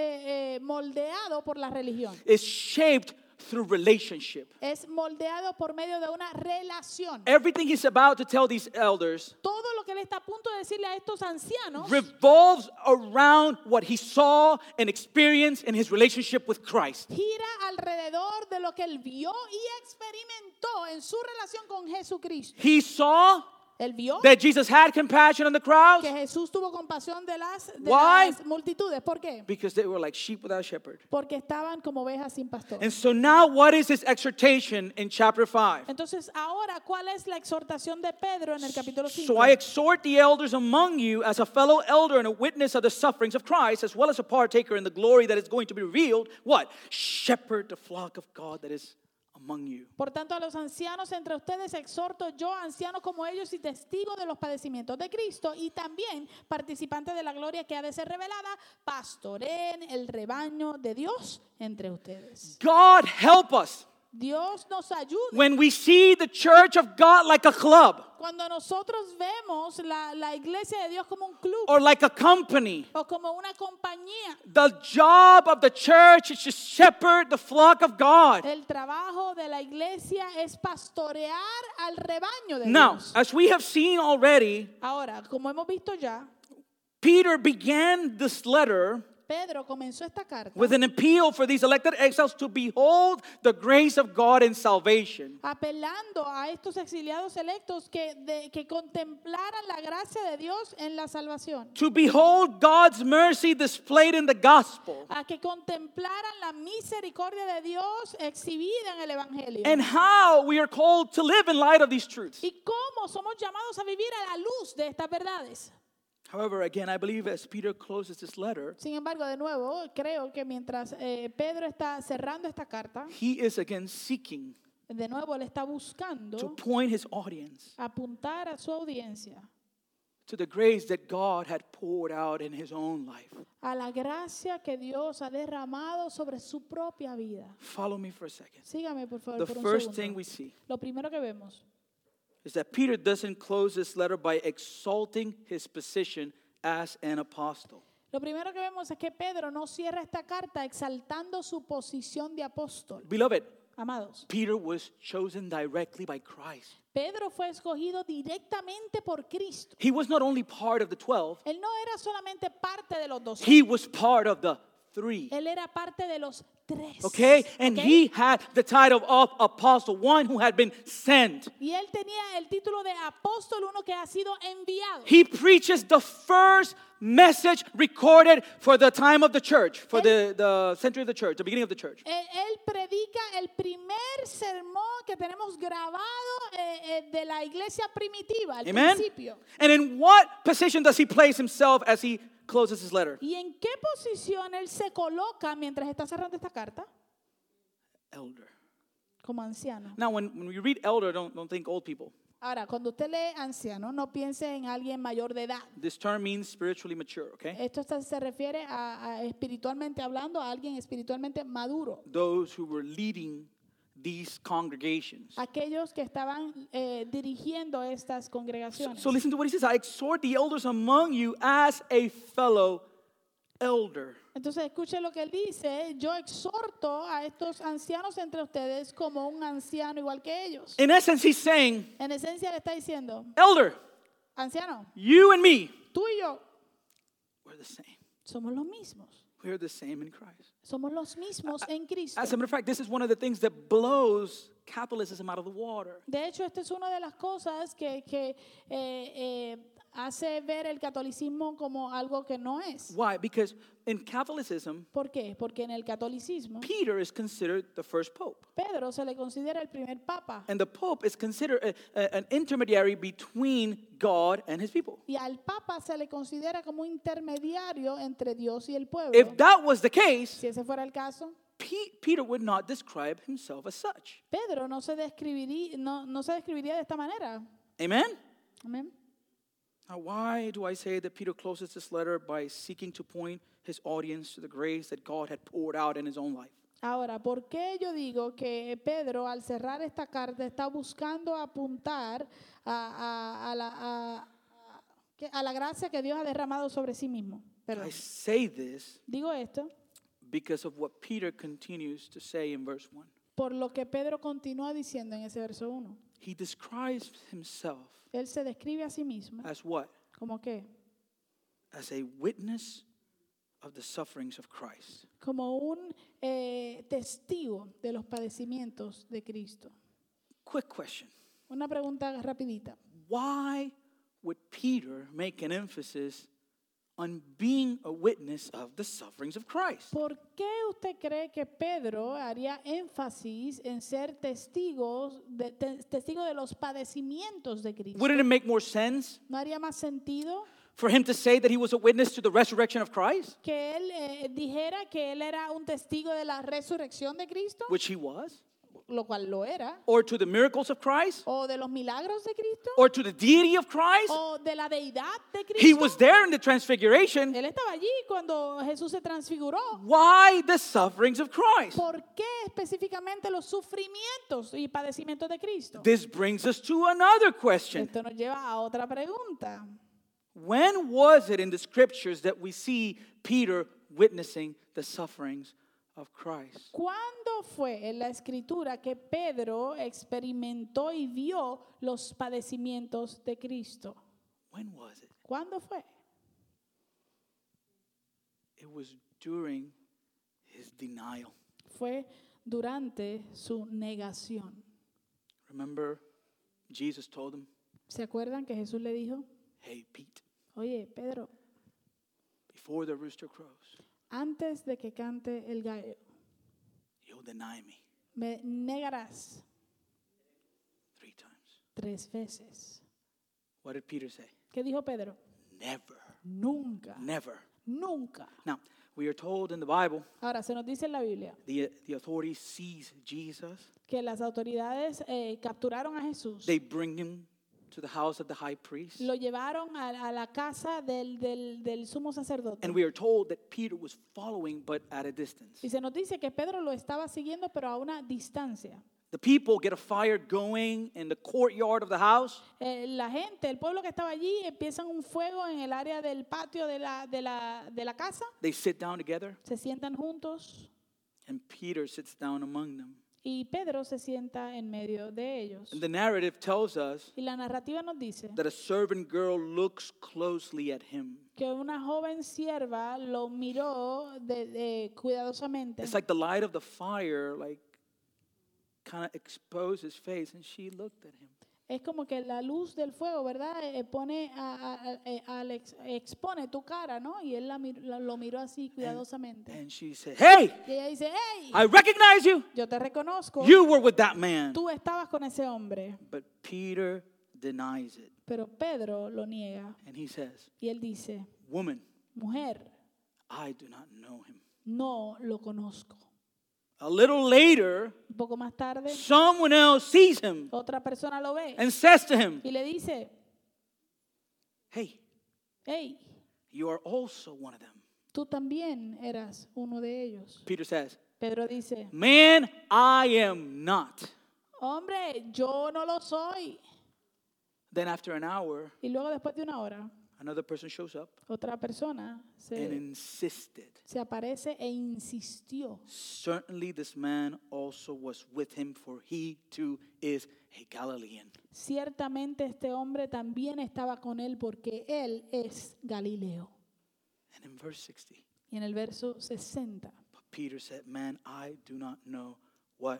S2: eh, moldeado por la religión.
S1: it's shaped through relationship.
S2: Es moldeado por medio de una relación.
S1: Everything he's about to tell these elders
S2: Todo lo que él está a punto de decirle a estos ancianos
S1: revolves around what he saw and experienced in his relationship with Christ.
S2: gira alrededor de lo que él vio y experimentó en su relación con Jesucristo.
S1: He saw
S2: Él vio
S1: that Jesus had compassion on the crowds
S2: que Jesús tuvo compasión de las, de
S1: Why?
S2: las multitudes. ¿Por qué?
S1: because they were like sheep without shepherd.
S2: Porque estaban como ovejas sin pastor.
S1: And so now what is his exhortation in chapter 5?
S2: Entonces, ahora, ¿cuál es la exhortación de Pedro en el capítulo 5?
S1: So I exhort the elders among you as a fellow elder and a witness of the sufferings of Christ as well as a partaker in the glory that is going to be revealed, what? Shepherd the flock of God that is among you.
S2: Por tanto, a los ancianos entre ustedes exhorto yo, anciano como ellos y testigo de los padecimientos de Cristo y también participante de la gloria que ha de ser revelada, pastoreen el rebaño de Dios entre ustedes.
S1: God help us
S2: Dios nos ayude.
S1: when we see the church of God like a club
S2: Cuando nosotros vemos la, la iglesia de Dios como un club
S1: or like a company.
S2: o como una compañía,
S1: The job of the church is to shepherd the flock of God.
S2: el trabajo de la iglesia es pastorear al rebaño de
S1: Now,
S2: Dios.
S1: as we have seen already,
S2: Ahora, como hemos visto ya,
S1: Peter began this letter
S2: Pedro comenzó esta carta
S1: with an appeal for these elected exiles to behold the grace of God in salvation.
S2: apelando a estos exiliados electos que, de- que contemplaran la gracia de Dios en la salvación,
S1: To behold God's mercy displayed in the gospel.
S2: a que contemplaran la misericordia de Dios exhibida en el Evangelio.
S1: And how we are called to live in light of these truths.
S2: y cómo somos llamados a vivir a la luz de estas verdades.
S1: However, again, I believe as Peter closes this letter,
S2: Sin embargo, de nuevo, creo que mientras eh, Pedro está cerrando esta carta,
S1: he is again seeking
S2: de nuevo le está
S1: to
S2: buscando
S1: point his audience
S2: apuntar a su audiencia
S1: to the grace that God had poured out in his own life.
S2: a la gracia que Dios ha derramado sobre su propia vida.
S1: Follow me for a second.
S2: Sígame, por
S1: The
S2: favor, por un
S1: first
S2: segundo.
S1: thing we see
S2: Lo primero que vemos
S1: is that Peter doesn't close this letter by exalting his position as an apostle.
S2: lo primero que vemos es que Pedro no cierra esta carta exaltando su posición de apóstol.
S1: Beloved,
S2: Amados,
S1: Peter was chosen directly by Christ.
S2: Pedro fue escogido directamente por Cristo.
S1: He was not only part of the 12,
S2: Él no era solamente parte de los dos,
S1: he was part of the three.
S2: él era parte de los tres.
S1: Okay? And
S2: ¿ok?
S1: he had the title of apostle, one who had been sent.
S2: Y él tenía el título de apóstol, uno que ha sido enviado.
S1: He preaches the first message recorded for the time of the church, for the, the century of the church, the beginning of the church.
S2: Él, él predica el primer sermón que tenemos grabado eh, eh, de la iglesia primitiva, al
S1: Amen?
S2: principio.
S1: And in what position does he place himself as he closes his letter?
S2: ¿Y en qué posición él se coloca mientras está cerrando esta carta?
S1: Elder.
S2: Como anciano.
S1: Now, when, when we read elder, don't, don't think old people.
S2: Ahora, cuando usted lee anciano, no piense en alguien mayor de edad.
S1: This term means spiritually mature, okay?
S2: Esto está- se refiere a, a espiritualmente hablando, a alguien espiritualmente maduro.
S1: Those who were leading these congregations.
S2: Aquellos que estaban eh, dirigiendo estas congregaciones.
S1: So listen to what he says. I exhort the elders among you as a fellow elder.
S2: Entonces escuche lo que él dice, yo exhorto a estos ancianos entre ustedes como un anciano igual que ellos.
S1: In essence, he's saying,
S2: En esencia le está diciendo,
S1: Elder,
S2: anciano,
S1: you and me,
S2: tú y yo
S1: we're the same.
S2: somos los mismos,
S1: We're the same in Christ.
S2: somos los mismos en Cristo.
S1: As a matter of fact, this is one of the things that blows Catholicism out of the water.
S2: De hecho, esta es una de las cosas que, que, eh, eh, hace ver el catolicismo como algo que no es.
S1: Why? Because in Catholicism,
S2: ¿Por qué? Porque en el catolicismo
S1: Peter is considered the first pope.
S2: Pedro se le considera el primer papa
S1: And the pope is considered a- a- an intermediary between God and his people.
S2: y al papa se le considera como un intermediario entre Dios y el pueblo.
S1: If that was the case,
S2: Si ese fuera el caso,
S1: Pe- Peter would not describe himself as such.
S2: Pedro no se describiría, no, no se describiría de esta manera.
S1: Amen?
S2: Amén.
S1: Now, why do I say that Peter closes this letter by seeking to point his audience to the grace that God had poured out in his own life?
S2: Ahora, ¿por qué yo digo que Pedro al cerrar esta carta está buscando apuntar a, a- a la, a- a- que- a la gracia que Dios ha derramado sobre sí mismo? Perdón.
S1: I say this
S2: Digo esto
S1: because of what Peter continues to say in verse 1.
S2: por lo que Pedro continúa diciendo en ese verso 1.
S1: He describes himself
S2: Él se describe a sí mismo
S1: as what?
S2: como qué?
S1: As a witness of the sufferings of Christ.
S2: Como un eh, testigo de los padecimientos de Cristo.
S1: Quick question
S2: Una pregunta rapidita.
S1: Why would Peter make an emphasis on being a witness of the sufferings of Christ?
S2: ¿Por qué usted cree que Pedro haría énfasis en ser testigos de, te- testigo de los padecimientos de Cristo?
S1: Wouldn't it make more sense
S2: ¿No haría más sentido
S1: for him to say that he was a witness to the resurrection of Christ,
S2: que él eh, dijera que él era un testigo de la resurrección de Cristo,
S1: which he was,
S2: lo cual lo era,
S1: or to the miracles of Christ,
S2: o de los milagros de Cristo,
S1: or to the deity of Christ?
S2: o de la deidad de
S1: He was
S2: Cristo?
S1: there in the transfiguration.
S2: Él estaba allí cuando Jesús se transfiguró.
S1: Why the sufferings of Christ?
S2: ¿Por qué específicamente los sufrimientos y padecimientos de Cristo?
S1: This brings us to another question.
S2: Esto nos lleva a otra pregunta.
S1: When was it in the scriptures that we see Peter witnessing the sufferings of Christ?
S2: ¿Cuándo fue en la escritura que Pedro experimentó y vio los padecimientos de Cristo?
S1: When was it?
S2: ¿Cuándo fue?
S1: It was during his denial.
S2: Fue durante su negación.
S1: Remember, Jesus told him,
S2: ¿Se acuerdan que Jesús le dijo?
S1: Hey, Pete,
S2: Oye, Pedro,
S1: before the rooster crows,
S2: antes de que cante el gallo,
S1: you'll deny me
S2: me negarás
S1: three times.
S2: tres veces.
S1: What did Peter say?
S2: ¿Qué dijo Pedro?
S1: Never,
S2: Nunca,
S1: never.
S2: nunca.
S1: Now, we are told in the Bible,
S2: Ahora, se nos dice en la Biblia
S1: the, the authorities seize Jesus.
S2: que las autoridades eh, capturaron a Jesús,
S1: They bring him to the house of the high priest.
S2: lo llevaron a, a la casa del, del- del sumo sacerdote.
S1: And we are told that Peter was following, but at a distance.
S2: Y se nos dice que Pedro lo estaba siguiendo, pero a una distancia.
S1: The people get a fire going in the courtyard of the house.
S2: Eh, la gente, el pueblo que estaba allí, empiezan un fuego en el área del patio de la, de la, de la casa,
S1: They sit down together,
S2: se sientan juntos
S1: and Peter sits down among them.
S2: y Pedro se sienta en medio de ellos.
S1: And the narrative tells us
S2: Y la narrativa nos dice
S1: that a servant girl looks closely at him.
S2: que una joven sierva lo miró de- de- cuidadosamente.
S1: It's like the light of the fire, like, kind of exposed his face, and she looked at him.
S2: Es como que la luz del fuego, ¿verdad? Eh, pone a, a- a- eh, al ex- expone tu cara, ¿no? Y él la mir- la- lo miró así cuidadosamente.
S1: And she said, Hey,
S2: Y ella dice, hey,
S1: I recognize you.
S2: yo te reconozco.
S1: Ah. You were with that man.
S2: Tú estabas con ese hombre.
S1: But Peter denies it.
S2: Pero Pedro lo niega.
S1: And he says,
S2: Y él dice,
S1: Woman,
S2: mujer,
S1: I do not know him.
S2: no lo conozco.
S1: A little later,
S2: Un poco más tarde,
S1: someone else sees him
S2: otra persona lo ve
S1: and says to him,
S2: y le dice,
S1: Hey,
S2: hey,
S1: you are also one of them.
S2: tú también eras uno de ellos.
S1: Peter says,
S2: Pedro dice,
S1: Man, I am not.
S2: hombre, yo no lo soy.
S1: Then, after an hour,
S2: Y luego después de una hora,
S1: another person shows up
S2: otra persona
S1: and
S2: se,
S1: insisted.
S2: se aparece e insistió.
S1: Certainly, this man also was with him, for he too is a Galilean.
S2: Ciertamente este hombre también estaba con él porque él es Galileo.
S1: And in verse 60,
S2: Y en el verso 60,
S1: but Peter said, Man, I do not know what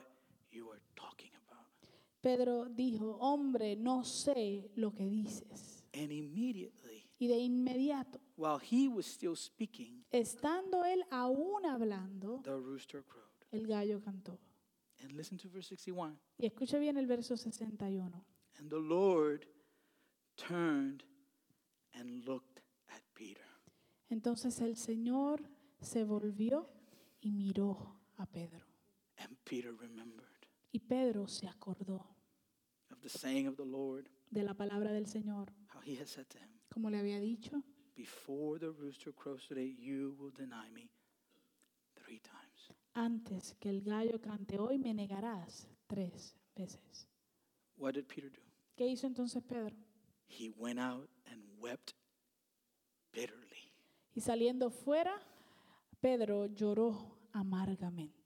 S1: you are talking about.
S2: Pedro dijo, hombre, no sé lo que dices.
S1: And immediately,
S2: Y de inmediato,
S1: while he was still speaking,
S2: estando él aún hablando,
S1: the rooster crowed.
S2: el gallo cantó.
S1: And listen to verse 61.
S2: Y escucha bien el verso 61.
S1: And the Lord turned and looked at Peter.
S2: Entonces el Señor se volvió y miró a Pedro.
S1: And Peter remembered
S2: Y Pedro se acordó
S1: of the saying of the Lord,
S2: de la palabra del Señor,
S1: how he had said to him,
S2: como le había dicho.
S1: Before the rooster crows today, you will deny me three times.
S2: Antes que el gallo cante hoy, me negarás tres veces.
S1: What did Peter do?
S2: ¿Qué hizo entonces Pedro?
S1: He went out and wept bitterly.
S2: Y saliendo fuera, Pedro lloró amargamente.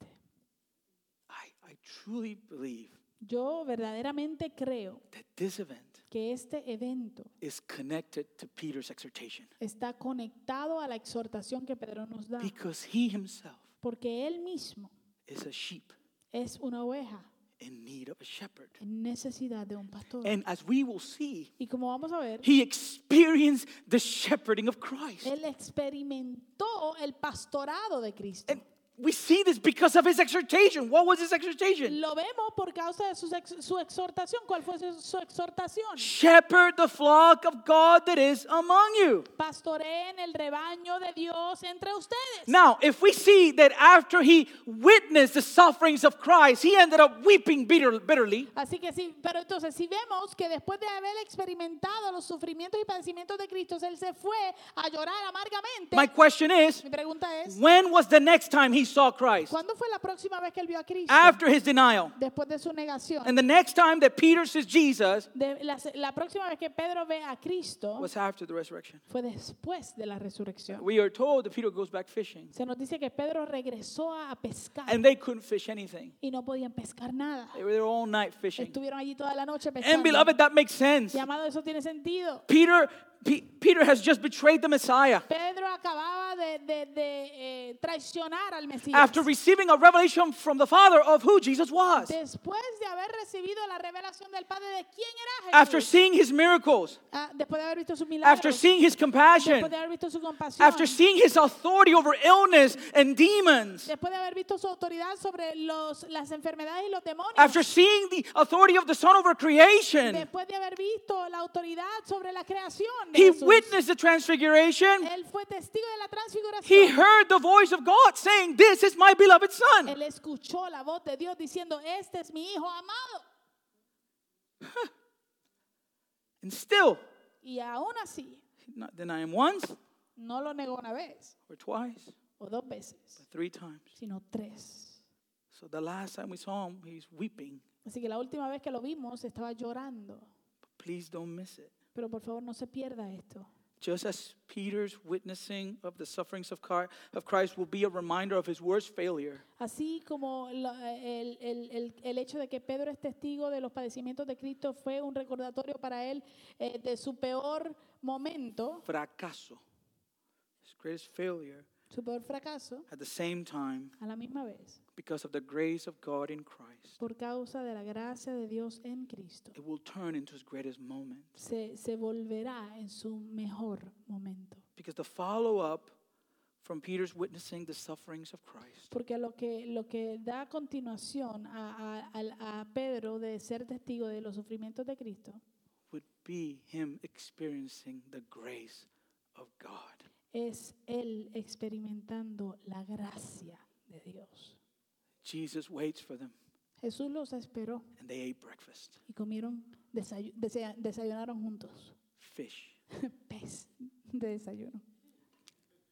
S1: I, I truly believe
S2: Yo verdaderamente creo
S1: that this event
S2: que este evento
S1: is connected to Peter's exhortation
S2: está conectado a la exhortación que Pedro nos da,
S1: because he himself
S2: porque él mismo
S1: is a sheep
S2: es una oveja
S1: in need of a shepherd.
S2: en necesidad de un pastor.
S1: And as we will see,
S2: Y como vamos a ver,
S1: he experienced the shepherding of Christ.
S2: él experimentó el pastorado de Cristo.
S1: And we see this because of his exhortation. What was his exhortation?
S2: Lo vemos por causa de sus ex- su exhortación. ¿Cuál fue su, su exhortación?
S1: Shepherd the flock of God that is among you.
S2: Pastoreen el rebaño de Dios entre ustedes.
S1: Now, if we see that after he witnessed the sufferings of Christ, he ended up weeping bitter, bitterly,
S2: Así que sí, pero entonces si vemos que después de haber experimentado los sufrimientos y padecimientos de Cristo, él se fue a llorar amargamente.
S1: my question is
S2: Mi pregunta es,
S1: when was the next time he saw Christ?
S2: ¿cuándo fue la próxima vez que él vio a Cristo?
S1: After his denial.
S2: Después de su negación.
S1: And the next time that Peter sees Jesus
S2: De- la, la próxima vez que Pedro ve a Cristo
S1: was after the resurrection.
S2: fue después de la resurrección.
S1: We are told that Peter goes back fishing,
S2: Se nos dice que Pedro regresó a a pescar
S1: and they couldn't fish anything.
S2: y no podían pescar nada.
S1: They were there all night fishing.
S2: Estuvieron allí toda la noche
S1: And
S2: pescando.
S1: beloved, that makes sense.
S2: Y amado, eso tiene sentido.
S1: Peter, Pe- Peter has just betrayed the Messiah.
S2: Pedro acababa de, de- de, eh, traicionar al Mesías.
S1: after receiving a revelation from the Father of who Jesus was,
S2: Después de haber recibido la revelación del Padre de quién era
S1: after
S2: Jesús,
S1: seeing his miracles,
S2: ah, después de haber visto su milagro,
S1: after seeing his
S2: después
S1: compassion,
S2: de haber visto su compasión,
S1: after seeing his authority over illness and demons,
S2: después de haber visto su autoridad sobre los, las enfermedades y los demonios,
S1: after seeing the authority of the Son over creation,
S2: después de haber visto la autoridad sobre la creación, de
S1: he
S2: Jesús,
S1: witnessed the transfiguration.
S2: él fue testigo de la
S1: He
S2: transfiguración.
S1: heard the voice of God saying, This is my beloved Son.
S2: Él escuchó la voz de Dios diciendo, este es mi hijo amado.
S1: And still,
S2: Y aún así,
S1: he did not deny him once
S2: no lo negó una vez
S1: or twice,
S2: o dos veces,
S1: three times.
S2: sino tres.
S1: So the last time we saw him, he's weeping.
S2: Así que la última vez que lo vimos estaba llorando.
S1: Please don't miss it.
S2: Pero por favor no se pierda esto.
S1: Just as Peter's witnessing of the sufferings of Car- of Christ will be a reminder of his worst failure,
S2: Así como la- el, el- el- el hecho de que Pedro es testigo de los padecimientos de Cristo fue un recordatorio para él eh, de su peor momento,
S1: fracaso, his greatest failure,
S2: su peor fracaso,
S1: at the same time,
S2: a la misma vez,
S1: because of the grace of God in Christ,
S2: por causa de la gracia de Dios en Cristo,
S1: it will turn into his greatest moment.
S2: se, se volverá en su mejor momento.
S1: Because the follow up from Peter's witnessing the sufferings of Christ
S2: Porque lo que, lo que da a continuación a, a- al- a Pedro de ser testigo de los sufrimientos de Cristo
S1: would be him experiencing the grace of God.
S2: es él experimentando la gracia de Dios.
S1: Jesus waits for them,
S2: Jesús los esperó
S1: and they ate breakfast
S2: y comieron, desayu- desea- desayunaron juntos.
S1: fish.
S2: Pez de desayuno.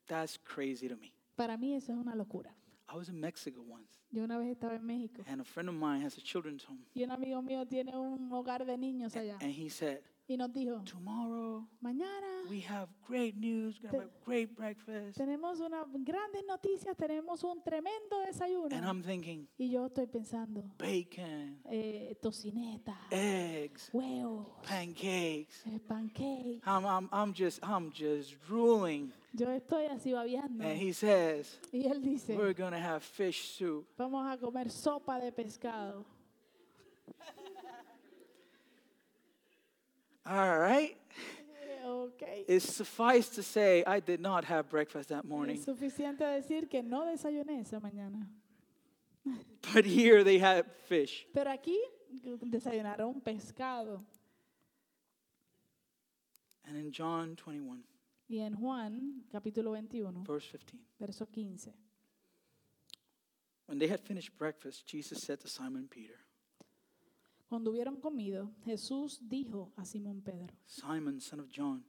S1: That's crazy to me.
S2: Para mí eso es una locura.
S1: I was in Mexico once,
S2: Yo una vez estaba en México
S1: and a friend of mine has a children's home,
S2: y un amigo mío tiene un hogar de niños allá
S1: and he said,
S2: y nos dijo,
S1: Tomorrow
S2: mañana
S1: we have great news, we're gonna have a great breakfast.
S2: tenemos unas grandes noticias, tenemos un tremendo
S1: And
S2: desayuno.
S1: I'm thinking,
S2: Y yo estoy pensando,
S1: bacon,
S2: eh, tocineta,
S1: eggs,
S2: huevos,
S1: pancakes.
S2: eh, pancake.
S1: I'm, I'm, I'm just I'm just drooling.
S2: Yo estoy así babeando.
S1: And he says,
S2: Y él dice,
S1: Eh, We're going to have fish soup.
S2: vamos a comer sopa de pescado.
S1: All right.
S2: Eh, Ok.
S1: It's suffice to say, I did not have breakfast that morning.
S2: Es suficiente decir que no desayuné esa mañana.
S1: But here they had fish.
S2: Pero aquí desayunaron pescado.
S1: And in John 21,
S2: Y en Juan, capítulo 21,
S1: verse 15,
S2: verso 15.
S1: when they had finished breakfast, Jesus said to Simon Peter,
S2: Cuando hubieron comido, Jesús dijo a Simón Pedro,
S1: Simon, son of John,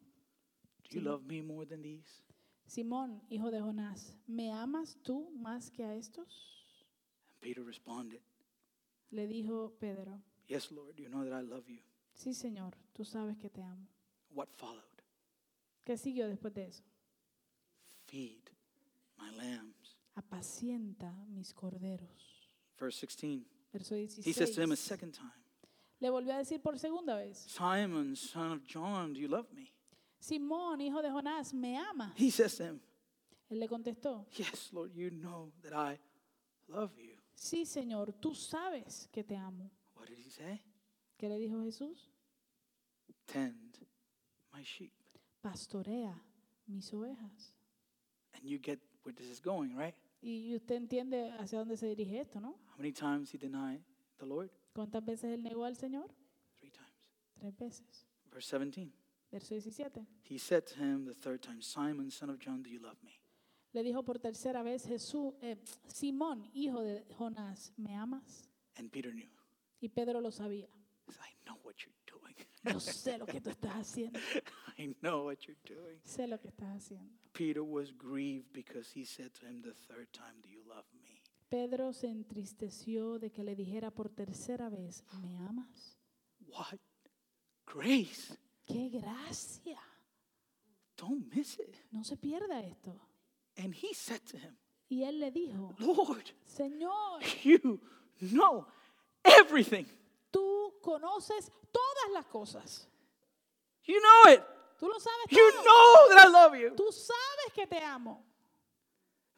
S1: do you
S2: Simon.
S1: love me more than these?
S2: Simón, hijo de Jonás, ¿me amas tú más que a estos?
S1: And Peter responded,
S2: Le dijo Pedro,
S1: Yes, Lord, you know that I love you.
S2: sí Señor, tú sabes que te amo.
S1: What followed?
S2: ¿Qué siguió después de eso?
S1: Feed my lambs.
S2: Apacienta mis corderos.
S1: Verse 16,
S2: Verso
S1: he says to him a
S2: 16.
S1: second time,
S2: Le volvió a decir por segunda vez,
S1: Simon, son of John, do you love me?
S2: Simón, hijo de Jonás, ¿me ama?
S1: He says to him,
S2: Él le contestó,
S1: Yes, Lord, you know that I love you.
S2: sí Señor, tú sabes que te amo.
S1: What did he say?
S2: ¿Qué le dijo Jesús?
S1: Tend my sheep.
S2: Pastorea mis ovejas.
S1: And you get where this is going, right?
S2: Y usted entiende hacia dónde se dirige esto, ¿no?
S1: How many times he denied the Lord?
S2: ¿Cuántas veces él negó al Señor?
S1: Three times.
S2: Tres veces.
S1: Verse 17.
S2: Verso 17.
S1: He said to him the third time, Simon, son of John, do you love me?
S2: Le dijo por tercera vez Jesús, eh, Simón, hijo de Jonás, ¿me amas?
S1: And Peter knew.
S2: Y Pedro lo sabía.
S1: He said, I know what you're doing.
S2: Yo sé lo que tú estás haciendo.
S1: I know what you're doing.
S2: Sé lo que estás haciendo.
S1: Peter was grieved because he said to him the third time, Do you love me?
S2: Pedro se entristeció de que le dijera por tercera vez, ¿me amas?
S1: What grace!
S2: ¡Qué gracia!
S1: Don't miss it.
S2: No se pierda esto.
S1: And he said to him,
S2: Y él le dijo,
S1: Lord,
S2: Señor,
S1: You know everything.
S2: tú conoces todas las cosas.
S1: You know it.
S2: Tú lo sabes
S1: You
S2: todo.
S1: know that I love you.
S2: Tú sabes que te amo.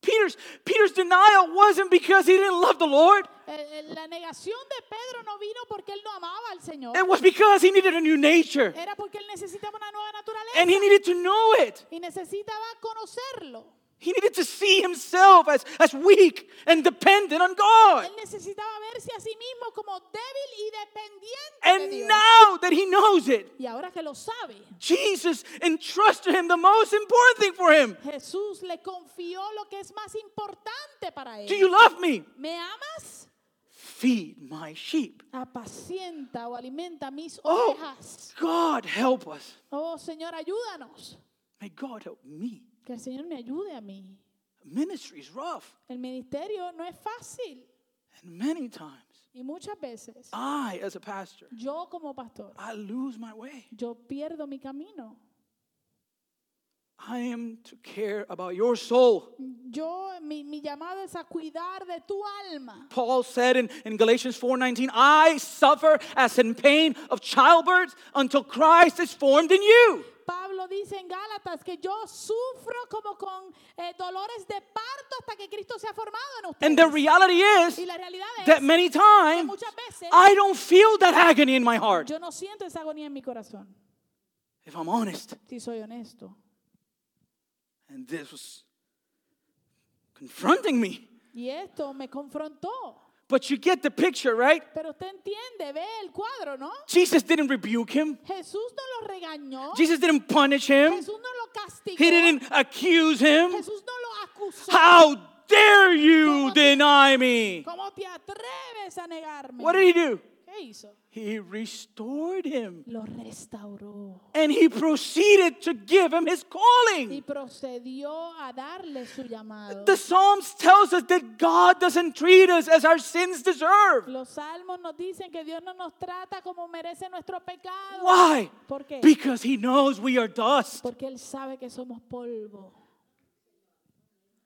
S1: Peter's, Peter's denial wasn't because he didn't love the Lord,
S2: Eh, eh, La negación de Pedro no vino porque él no amaba al Señor.
S1: it was because he needed a new nature
S2: Era porque él necesitaba una nueva
S1: and he
S2: naturaleza
S1: needed to know it.
S2: y necesitaba conocerlo.
S1: He needed to see himself as, as weak and dependent on God.
S2: Él necesitaba verse a sí mismo como débil y dependiente de
S1: And
S2: Dios.
S1: now that he knows it,
S2: Y ahora que lo sabe,
S1: Jesus entrusted him the most important thing for him.
S2: Jesús le confió lo que es más importante para
S1: Do
S2: él.
S1: you love me?
S2: ¿Me amas?
S1: Feed my sheep.
S2: Apacienta o alimenta mis
S1: Oh.
S2: ovejas.
S1: God help us.
S2: Oh Señor, ayúdanos.
S1: May God help me.
S2: Que el Señor me ayude a mí.
S1: Ministry is rough.
S2: El ministerio no es fácil
S1: And many times,
S2: y muchas veces
S1: I, as a pastor,
S2: yo como pastor,
S1: I lose my way.
S2: yo pierdo mi camino.
S1: I am to care about your soul.
S2: Yo, mi, mi llamado es a cuidar de tu alma.
S1: Paul said in, in Galatians 4:19, I suffer as in pain of childbirth until Christ is formed in you.
S2: Pablo dice en Gálatas que yo sufro como con eh, dolores de parto hasta que Cristo sea formado en
S1: And the
S2: ustedes.
S1: reality is
S2: Y la realidad
S1: that
S2: es,
S1: many times
S2: muchas veces-
S1: I don't feel that agony in my heart.
S2: yo no siento esa agonía en mi corazón,
S1: If I'm honest,
S2: si soy honesto.
S1: and this was confronting me.
S2: Y esto me confrontó.
S1: But you get the picture, right?
S2: Pero usted entiende, ve el cuadro, ¿no?
S1: Jesus didn't rebuke him.
S2: Jesús no lo regañó.
S1: Jesus didn't punish him.
S2: Jesús no lo castigó.
S1: He didn't accuse him.
S2: Jesús no lo acusó.
S1: How dare you deny me?
S2: ¿Cómo te atreves a negarme?
S1: What did he do?
S2: ¿Qué hizo?
S1: He restored him
S2: Lo restauró
S1: and he proceeded to give him his
S2: y
S1: calling.
S2: procedió a darle su llamado.
S1: The Psalms tells us that God doesn't treat us as our sins deserve.
S2: Los salmos nos dicen que Dios no nos trata como merece nuestro pecado.
S1: Why?
S2: ¿Por qué?
S1: Because he knows we are dust.
S2: Porque Él sabe que somos polvo.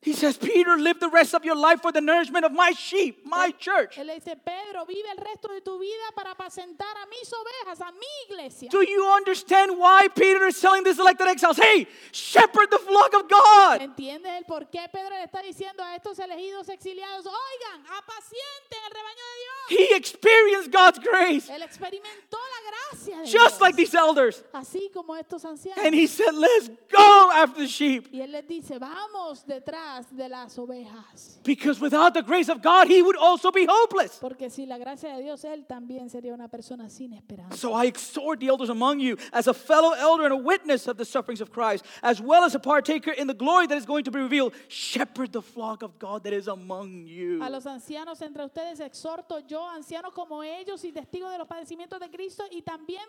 S1: He says, Peter, live the rest of your life for the nourishment of my sheep, my church.
S2: Él le dice, Pedro, vive el resto de tu vida para apacentar a mis ovejas, a mi iglesia.
S1: Do you understand why Peter is telling these elected exiles, hey, shepherd the flock of God?
S2: ¿Entiendes el por qué Pedro le está diciendo a estos elegidos exiliados, oigan, apacienten el rebaño de Dios?
S1: He experienced God's grace
S2: Él experimentó la gracia de Dios,
S1: just like these elders.
S2: así como estos ancianos.
S1: And he said, let's go after the sheep.
S2: y él les dice, vamos detrás de las ovejas,
S1: Because without the grace of God, he would also be hopeless.
S2: porque sin la gracia de Dios él también sería una persona sin esperanza.
S1: So I exhort the elders among you as a fellow elder and a witness of the sufferings of Christ, as well as a partaker in the glory that is going to be revealed. Shepherd the flock of God that is among you.
S2: A los ancianos entre ustedes exhorto yo, anciano como ellos y testigo de los padecimientos de Cristo y también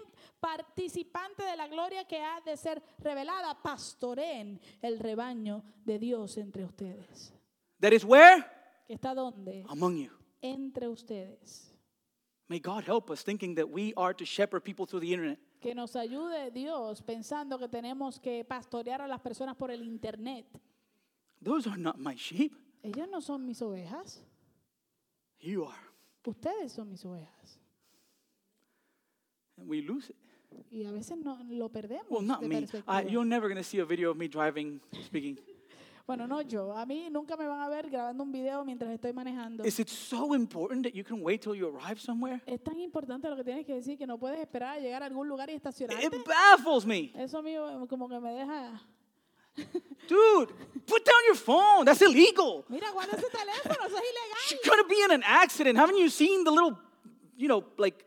S2: participante de la gloria que ha de ser revelada, pastoreen el rebaño de Dios entre ustedes.
S1: That is where?
S2: ¿Que está dónde?
S1: Among you.
S2: Entre ustedes.
S1: May God help us thinking that we are to shepherd people through the internet.
S2: Que nos ayude Dios pensando que tenemos que pastorear a las personas por el internet.
S1: Those are not my sheep.
S2: Ellos no son mis ovejas,
S1: You are.
S2: ustedes son mis ovejas.
S1: And we lose it.
S2: Y a veces no, lo perdemos
S1: Well, not
S2: de
S1: me. I,
S2: perspectiva.
S1: you're never going to see a video of me driving, speaking.
S2: Bueno, no yo, a mí nunca me van a ver grabando un video mientras estoy manejando.
S1: Is it so important that you can wait till you arrive somewhere?
S2: es tan importante lo que tienes que decir que no puedes esperar a llegar a algún lugar y estacionarte.
S1: It baffles me.
S2: Eso a mí eh, como que me deja...
S1: Dude, put down your phone. That's illegal.
S2: Mira, guarda ese teléfono, eso es ilegal.
S1: You're going to be in an accident. Haven't you seen the little, you know, like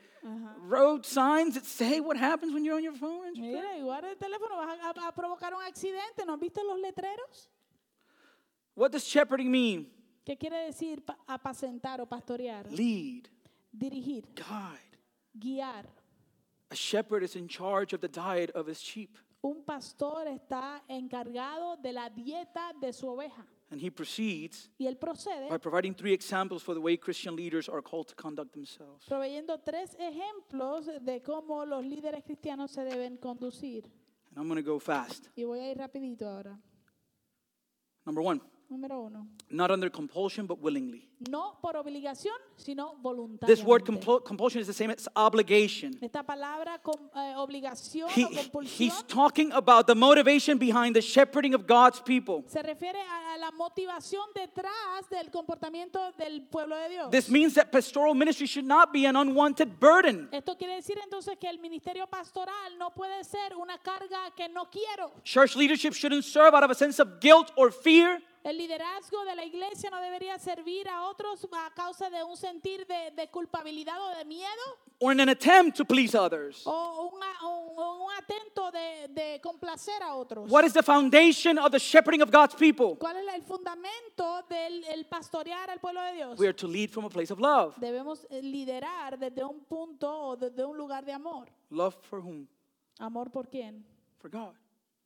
S1: road signs that say what happens when you're on your phone?
S2: Mira, y guarda el teléfono, vas a, a- a provocar un accidente. ¿No has visto los letreros?
S1: What does shepherding mean?
S2: ¿Qué quiere decir pa- apacentar o pastorear?
S1: Lead,
S2: Dirigir,
S1: guide.
S2: guiar.
S1: A shepherd is in charge of the diet of his sheep,
S2: Un pastor está encargado de la dieta de su oveja
S1: and he proceeds
S2: y él procede
S1: by providing three examples for the way Christian leaders are called to conduct themselves.
S2: proveyendo tres ejemplos de cómo los líderes cristianos se deben conducir.
S1: And I'm going to go fast.
S2: Y voy a ir rapidito ahora.
S1: Number one,
S2: Número uno.
S1: not under compulsion, but willingly.
S2: No por obligación, sino voluntariamente.
S1: This word compul- compulsion is the same as obligation.
S2: Esta palabra com- eh, obligación
S1: He,
S2: o compulsión
S1: he's talking about the motivation behind the shepherding of God's people.
S2: se refiere a a la motivación detrás del comportamiento del pueblo de Dios.
S1: This means that pastoral ministry should not be an unwanted burden.
S2: Esto quiere decir entonces que el ministerio pastoral no puede ser una carga que no quiero.
S1: Church leadership shouldn't serve out of a sense of guilt or fear.
S2: El liderazgo de la iglesia no debería servir a otros a causa de un sentir de, de culpabilidad o de miedo
S1: or in an attempt to please others?
S2: o un, a- o un- o un atento de, de complacer a otros.
S1: What is the foundation of the shepherding of God's people?
S2: ¿Cuál es la- el fundamento del el pastorear al pueblo de Dios?
S1: We are to lead from a place of love.
S2: Debemos eh, liderar desde un punto o desde un lugar de amor.
S1: Love for whom?
S2: ¿Amor por quién?
S1: For God.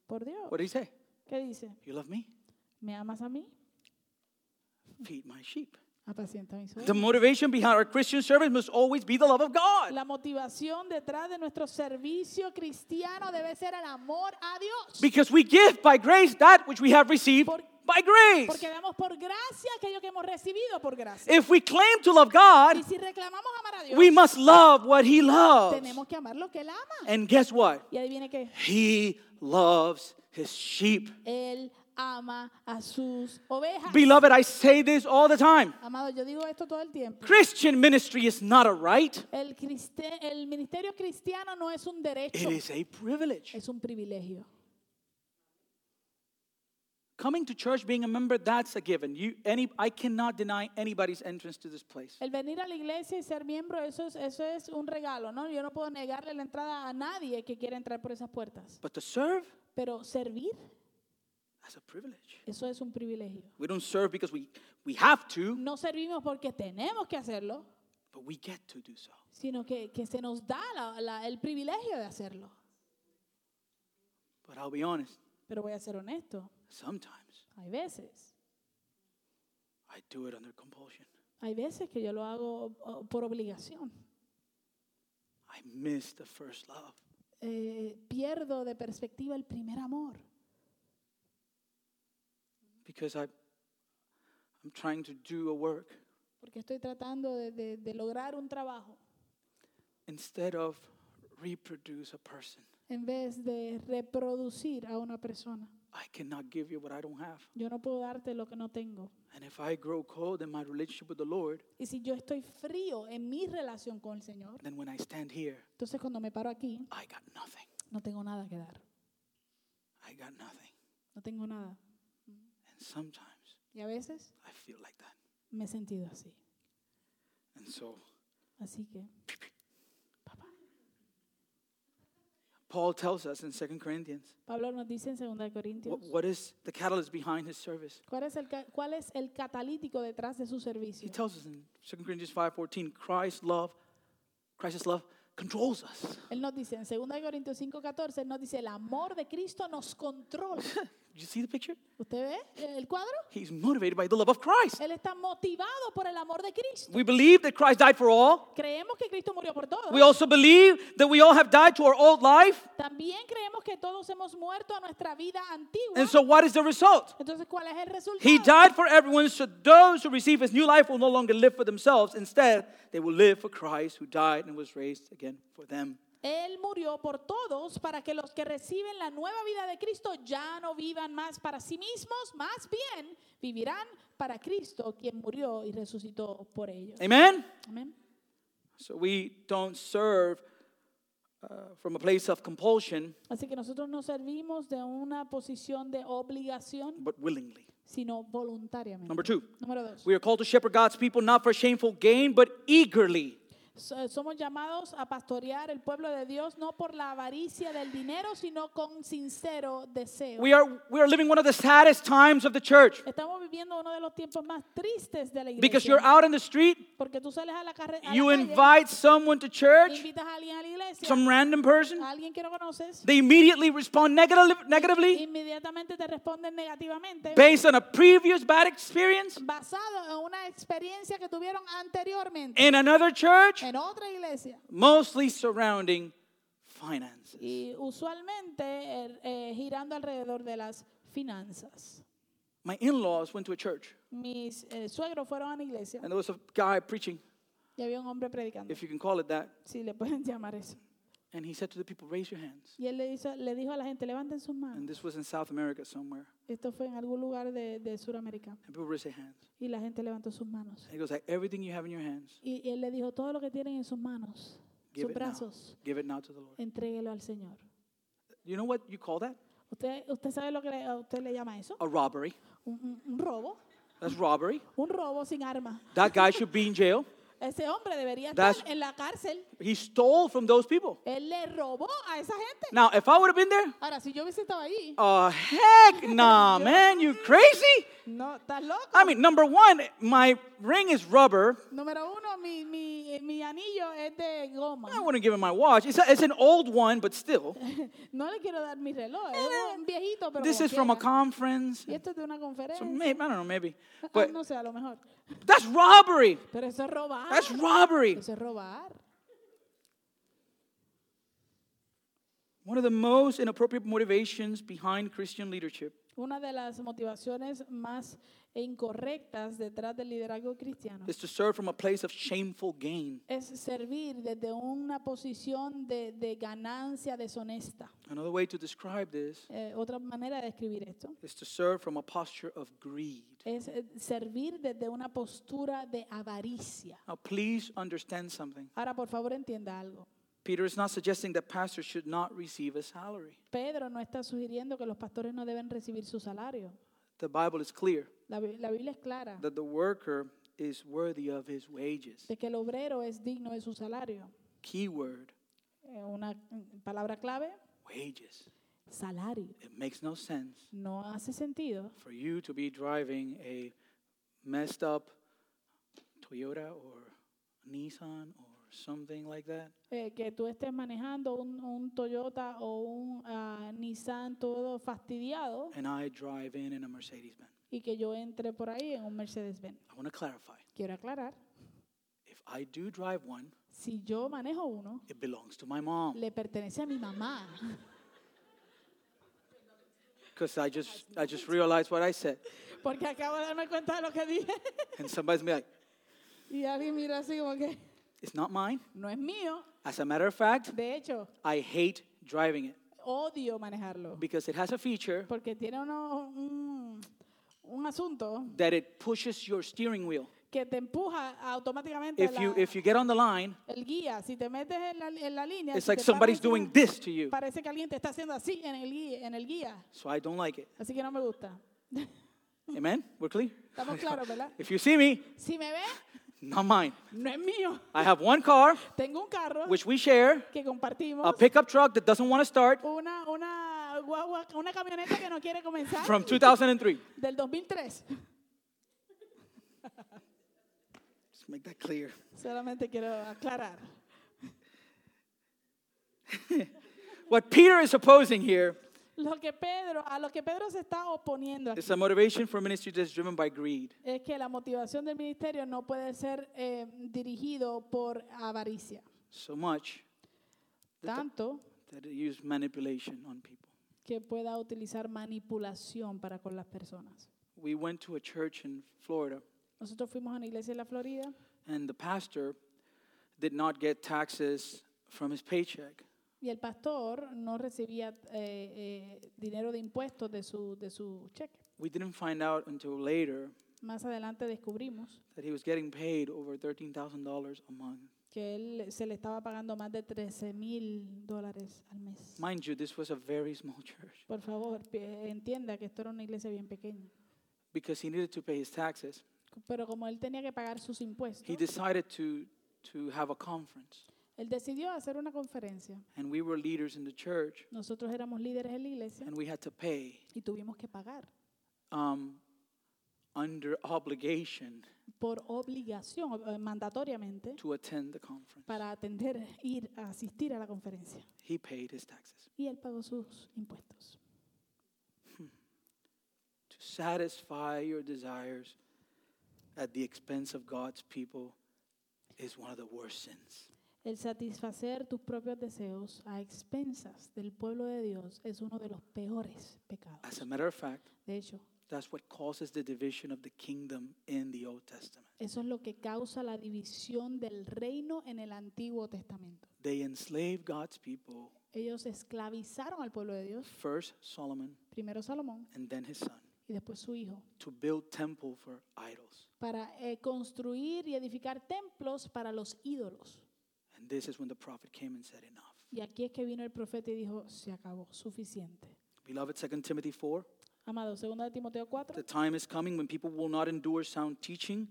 S2: Por Dios.
S1: What did he say?
S2: ¿Qué dice?
S1: You love me?
S2: ¿Me amas a mí?
S1: Feed my sheep.
S2: Apacienta mis ovejas.
S1: The motivation behind our Christian service must always be the love of God.
S2: La motivación detrás de nuestro servicio cristiano debe ser el amor a Dios.
S1: Because we give by grace that which we have received
S2: Por-
S1: by grace.
S2: Porque damos por gracia aquello que hemos recibido por gracia.
S1: If we claim to love God,
S2: Y si reclamamos amar a Dios,
S1: we must love what he loves.
S2: tenemos que amar lo que Él ama.
S1: And guess what?
S2: Y adivine que
S1: He loves his sheep.
S2: Él ama a sus ovejas.
S1: Beloved, I say this all the time.
S2: Amado, yo digo esto todo el tiempo.
S1: Christian ministry is not a right,
S2: El, criste- el ministerio cristiano no es un derecho,
S1: it is a privilege.
S2: es un privilegio.
S1: Coming to church, being a member, that's a given. You, any, I cannot deny anybody's entrance to this place.
S2: El venir a la iglesia y ser miembro, eso es, eso es un regalo, ¿no? Yo no puedo negarle la entrada a nadie que quiera entrar por esas puertas.
S1: But to serve,
S2: Pero servir,
S1: that's a privilege.
S2: eso es un privilegio.
S1: We don't serve because we, we have to,
S2: No servimos porque tenemos que hacerlo,
S1: but we get to do so.
S2: sino que, que se nos da la- la- el privilegio de hacerlo.
S1: But I'll be honest,
S2: Pero voy a ser honesto,
S1: sometimes
S2: hay veces,
S1: I do it under compulsion.
S2: hay veces que yo lo hago oh, por obligación.
S1: I miss the first love.
S2: Eh, pierdo de perspectiva el primer amor.
S1: because I, I'm trying to do a work
S2: porque estoy tratando de, de- de lograr un trabajo
S1: instead of reproduce a person.
S2: en vez de reproducir a una persona.
S1: I cannot give you what I don't have.
S2: Yo no puedo darte lo que no tengo.
S1: And if I grow cold in my relationship with the Lord,
S2: Y si yo estoy frío en mi relación con el Señor,
S1: then when I stand here,
S2: entonces cuando me paro aquí,
S1: I got nothing.
S2: no tengo nada que dar.
S1: I got nothing.
S2: No tengo nada.
S1: And sometimes
S2: Y a veces
S1: I feel like that.
S2: me he sentido así.
S1: And so
S2: Así que
S1: Paul tells us in 2 Corinthians
S2: Pablo nos dice en 2 Corintios,
S1: what, what is the catalyst behind his service?
S2: ¿cuál es, el, ca- ¿cuál es el catalítico detrás de su
S1: He
S2: servicio?
S1: tells us in 2 Corinthians 5:14, Christ's love, Christ's love controls us.
S2: Él nos dice en 2 Corintios 5:14, él nos dice, el amor de Cristo nos controla.
S1: Did you see the picture?
S2: ¿Usted ve el cuadro?
S1: He's motivated by the love of Christ.
S2: Él está motivado por el amor de Cristo.
S1: We believe that Christ died for all.
S2: Creemos que Cristo murió por todos.
S1: We also believe that we all have died to our old life.
S2: También creemos que todos hemos muerto a nuestra vida antigua.
S1: And so, what is the result?
S2: Entonces, ¿cuál es el
S1: He
S2: resultado?
S1: died for everyone, so those who receive his new life will no longer live for themselves. Instead, they will live for Christ who died and was raised again for them.
S2: Él murió por todos para que los que reciben la nueva vida de Cristo ya no vivan más para sí mismos, más bien vivirán para Cristo, quien murió y resucitó por ellos.
S1: Amen?
S2: Amén.
S1: So, we don't serve uh, from a place of compulsion,
S2: Así que nosotros no servimos de una posición de obligación,
S1: but willingly.
S2: sino voluntariamente.
S1: Number two,
S2: Número dos.
S1: we are called to shepherd God's people not for shameful gain, but eagerly.
S2: So- Somos llamados a pastorear el pueblo de Dios no por la avaricia del dinero, sino con sincero deseo.
S1: We are, we are living one of the saddest times of the church
S2: Estamos viviendo uno de los tiempos más tristes de la
S1: because you're
S2: iglesia.
S1: out in the street
S2: Porque tú sales a la carre- a la
S1: You
S2: calle,
S1: invite someone to church,
S2: invitas a alguien a la iglesia,
S1: some random person,
S2: a alguien que no conoces,
S1: they immediately respond negatively, negatively
S2: inmediatamente te responden negativamente
S1: based on a previous bad experience
S2: basado en una experiencia que tuvieron anteriormente
S1: in another church,
S2: en otra iglesia.
S1: mostly surrounding finances.
S2: er, Y usualmente eh, eh, girando alrededor de las finanzas.
S1: my in laws went to a church,
S2: Mis eh, suegros fueron a una iglesia
S1: and there was a guy preaching,
S2: y había un hombre predicando.
S1: if you can call it that,
S2: Si le pueden llamar eso.
S1: and he said to the people, Raise your hands.
S2: Y él le, hizo- le dijo a la gente, levanten sus
S1: And
S2: manos.
S1: this was in South America somewhere.
S2: Esto fue en algún lugar de, de Sudamérica.
S1: And people raised their hands.
S2: Y la gente levantó sus manos.
S1: And he goes, like, Everything you have in your hands,
S2: Y él le dijo, todo lo que tienen en sus manos,
S1: give
S2: sus
S1: it now.
S2: brazos,
S1: Give it now to the Lord.
S2: entréguelo al Señor.
S1: You know what you call that?
S2: ¿Usted, usted sabe lo que le- a usted le llama eso?
S1: A robbery.
S2: Un, un- un robo.
S1: That's robbery.
S2: Un robo sin arma.
S1: That guy should be in jail.
S2: Ese hombre debería
S1: That's-
S2: estar en la cárcel.
S1: He stole from those people.
S2: Él le robó a esa gente.
S1: Now, if I would have been there,
S2: Ahora, si yo hubiese estado ahí,
S1: uh, heck nah, man, you crazy?
S2: no, estás loco.
S1: I mean, number one, my ring is rubber.
S2: Número uno, mi, mi, eh, mi anillo es de goma.
S1: I wouldn't give him my watch. It's, a- it's an old one, but still.
S2: No le quiero dar mi reloj, es un viejito, pero
S1: Eh, This
S2: como
S1: is from a
S2: quiera.
S1: conference.
S2: Y esto es de una conferencia.
S1: So maybe, I don't know, maybe.
S2: Ah,
S1: But
S2: no sé, a lo mejor.
S1: that's robbery.
S2: Pero eso es robar.
S1: That's robbery.
S2: Eso es robar.
S1: One of the most inappropriate motivations behind Christian leadership
S2: Una de las motivaciones más incorrectas detrás del liderazgo cristiano
S1: is to serve from a place of shameful gain.
S2: es servir desde una posición de, de ganancia deshonesta.
S1: Another way to describe this
S2: Eh, otra manera de describir esto
S1: is to serve from a posture of greed.
S2: es eh, servir desde una postura de avaricia.
S1: Now, please understand something.
S2: Ahora, por favor, entienda algo.
S1: Peter is not suggesting that pastors should not receive a salary.
S2: Pedro no está sugiriendo que los pastores no deben recibir su salario.
S1: The Bible is clear
S2: La, Bi- la Biblia es clara
S1: that the worker is worthy of his wages.
S2: de que el obrero es digno de su salario.
S1: Keyword
S2: Eh, Una mm, palabra clave,
S1: wages.
S2: salario.
S1: It makes no sense
S2: No hace sentido
S1: for you to be driving a messed up Toyota or Nissan or something like that
S2: eh, que tú estés manejando un, un Toyota o un ah, Nissan todo fastidiado
S1: and I drive in in a Mercedes Benz.
S2: y que yo entre por ahí en un Mercedes-Benz.
S1: I want to clarify.
S2: Quiero aclarar,
S1: If I do drive one,
S2: si yo manejo uno,
S1: it belongs to my mom
S2: le pertenece a mi mamá.
S1: because I just I just realized what I said.
S2: Porque acabo de darme cuenta de lo que dije.
S1: And somebody's gonna be like,
S2: Y alguien mira así como que
S1: "It's not mine."
S2: no es mío.
S1: As a matter of fact,
S2: De hecho,
S1: I hate driving it
S2: odio manejarlo.
S1: because it has a feature
S2: Porque tiene uno- un, un asunto
S1: that it pushes your steering wheel.
S2: que te empuja automáticamente
S1: If
S2: la-
S1: you if you get on the line,
S2: el guía. Si te metes en la, en la línea,
S1: it's
S2: si
S1: like
S2: te paras
S1: somebody's
S2: encima,
S1: doing this to you.
S2: parece que alguien te está haciendo así en el, guía, en el guía.
S1: So I don't like it.
S2: Así que no me gusta.
S1: Amen? We're clear?
S2: Estamos claros, ¿verdad?
S1: If you see me,
S2: Si me ve,
S1: not mine.
S2: no es mío.
S1: I have one car,
S2: Tengo un carro
S1: which we share,
S2: que compartimos.
S1: a pickup truck that doesn't want to start
S2: una, una, guagua- una camioneta que no quiere comenzar
S1: from 2003.
S2: del 2003.
S1: Just make that clear.
S2: Solamente quiero aclarar.
S1: What Peter is opposing here
S2: Lo que Pedro, a lo que Pedro se está oponiendo aquí
S1: is a motivation for ministry that's driven by greed.
S2: es que la motivación del ministerio no puede ser eh, dirigido por avaricia.
S1: So much
S2: Tanto
S1: that it used manipulation on people.
S2: que pueda utilizar manipulación para con las personas.
S1: We went to a church in Florida,
S2: Nosotros fuimos a una iglesia en la Florida
S1: and the pastor did not get taxes from his paycheck.
S2: y el pastor no recibía eh, eh, dinero de impuestos de su, de su cheque.
S1: We didn't find out until later
S2: Más adelante descubrimos
S1: that he was getting paid over $13,000 a month.
S2: que él se le estaba pagando más de 13 mil dólares al mes.
S1: Mind you, this was a very small church
S2: Por favor, pi- entienda que esto era una iglesia bien pequeña.
S1: because he needed to pay his taxes.
S2: Pero como él tenía que pagar sus impuestos,
S1: He decided to, to have a conference,
S2: él decidió hacer una conferencia.
S1: and we were leaders in the church,
S2: Nosotros éramos líderes en la iglesia
S1: and we had to pay
S2: y tuvimos que pagar
S1: um, under obligation
S2: por obligación, ob- eh, mandatoriamente,
S1: to attend the conference.
S2: para atender, ir a asistir a la conferencia.
S1: He paid his taxes
S2: Y él pagó sus impuestos.
S1: to satisfy your desires at the expense of God's people is one of the worst sins.
S2: El satisfacer tus propios deseos a expensas del pueblo de Dios es uno de los peores pecados.
S1: As a matter of fact,
S2: De hecho,
S1: That's what causes the division of the kingdom in the Old Testament.
S2: Eso es lo que causa la división del reino en el Antiguo Testamento.
S1: They enslaved God's people,
S2: Ellos esclavizaron al pueblo de Dios,
S1: first Solomon
S2: primero Salomón
S1: and then his son,
S2: y después su hijo,
S1: to build temple for idols.
S2: para eh, construir y edificar templos para los ídolos.
S1: And this is when the prophet came and said, Enough.
S2: Y aquí es que vino el profeta y dijo, se acabó, suficiente.
S1: Beloved, 2 Timothy 4
S2: Amado, 2 de Timoteo 4,
S1: The time is coming when people will not endure sound teaching,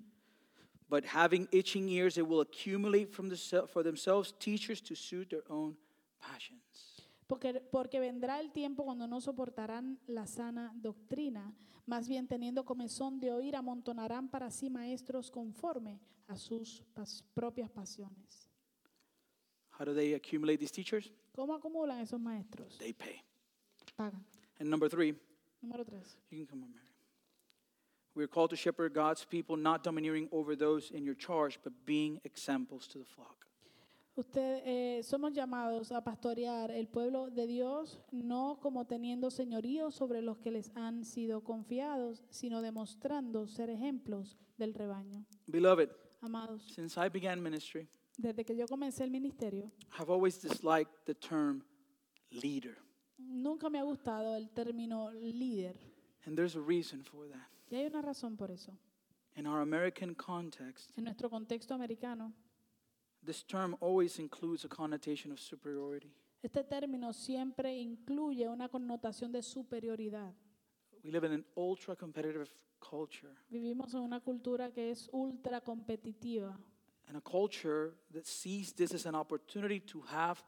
S1: but having itching ears, they will accumulate from the, for themselves teachers to suit their own passions.
S2: Porque, porque vendrá el tiempo cuando no soportarán la sana doctrina, más bien teniendo comezón de oír, amontonarán para sí maestros conforme a sus pas- propias pasiones.
S1: How do they accumulate these teachers?
S2: ¿Cómo acumulan esos maestros?
S1: They pay.
S2: Pagan.
S1: And number three,
S2: Número tres.
S1: you can come on, Mary. We are called to shepherd God's people, not domineering over those in your charge, but being examples to the flock.
S2: Usted, eh, somos llamados a pastorear el pueblo de Dios, no como teniendo señorío sobre los que les han sido confiados, sino demostrando ser ejemplos del rebaño.
S1: Beloved,
S2: Amados,
S1: since I began ministry,
S2: desde que yo comencé el ministerio,
S1: I've always disliked the term leader.
S2: Nunca me ha gustado el término líder.
S1: And there's a reason for that.
S2: Y hay una razón por eso.
S1: In our American context,
S2: En nuestro contexto americano,
S1: This term always includes a connotation of superiority.
S2: este término siempre incluye una connotación de superioridad.
S1: We live in an ultra competitive culture,
S2: Vivimos en una cultura que es ultra competitiva
S1: and a culture that sees this as an opportunity to have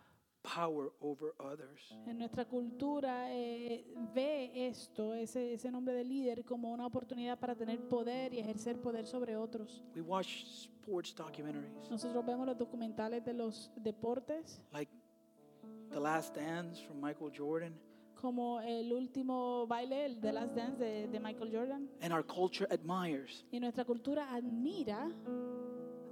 S1: power over others.
S2: En nuestra cultura eh, ve esto, ese, ese nombre de líder, como una oportunidad para tener poder y ejercer poder sobre otros.
S1: We watch sports documentaries
S2: Nosotros vemos los documentales de los deportes,
S1: like The Last Dance from Michael Jordan,
S2: como el último baile, el The Last Dance de- de Michael Jordan.
S1: and our culture admires
S2: Y nuestra cultura admira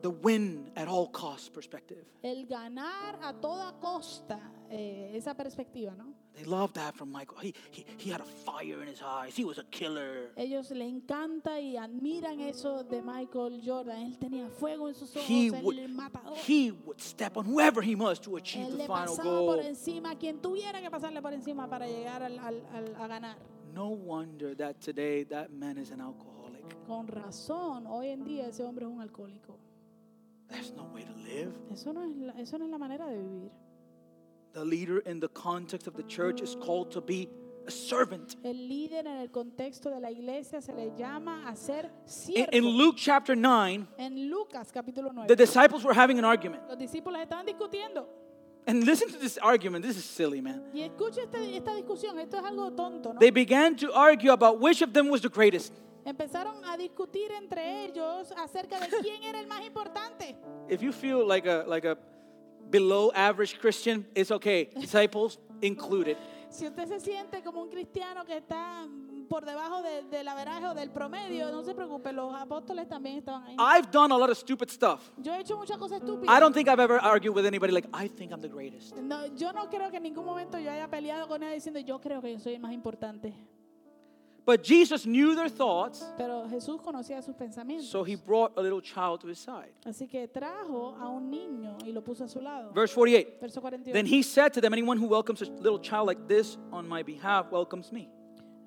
S1: the win at all costs perspective.
S2: el ganar a toda costa eh, esa perspectiva, ¿no?
S1: They love that from Michael. He, he, he had a fire in his eyes, he was a killer.
S2: Ellos le encanta y admiran eso de Michael Jordan. Él tenía fuego en sus ojos,
S1: He
S2: él
S1: would,
S2: el matador.
S1: he would step on whoever he must to achieve
S2: Oh. él
S1: the
S2: le
S1: final
S2: pasaba
S1: goal.
S2: por encima a quien tuviera que pasarle por encima para llegar al- al- al- a ganar.
S1: No wonder that today that man is an alcoholic.
S2: Con razón, hoy en día ese hombre es un alcohólico.
S1: There's no way to live.
S2: Eso no es la, eso no es la manera de vivir.
S1: The leader in the context of the church is called to be a servant.
S2: El líder en el contexto de la iglesia se le llama a ser
S1: In,
S2: siervo.
S1: in Luke chapter 9,
S2: en Lucas capítulo 9.
S1: the disciples were having an argument.
S2: Los discípulos estaban discutiendo.
S1: And listen to this argument. This is silly, man.
S2: Y escucha este- esta discusión, esto es algo tonto, ¿no?
S1: They began to argue about which of them was the greatest.
S2: Empezaron a discutir entre ellos acerca de quién era el más importante.
S1: If you feel like a like a below average Christian, it's okay. Disciples included.
S2: Si usted se siente como un cristiano que está por debajo de- del averaje o del promedio, no se preocupe, los apóstoles también estaban ahí.
S1: I've done a lot of stupid stuff.
S2: Yo he hecho muchas cosas
S1: I
S2: estúpidas.
S1: don't think I've ever argued with anybody like I think I'm the greatest.
S2: No, yo no creo que en ningún momento yo haya peleado con nadie diciendo yo creo que yo soy el más importante.
S1: But Jesus knew their thoughts.
S2: Pero Jesús conocía sus pensamientos.
S1: So he brought a little child to his side.
S2: Así que trajo a un niño y lo puso a su lado.
S1: Verse 48.
S2: Verso 48.
S1: Then he said to them, Anyone who welcomes a little child like this on my behalf welcomes me.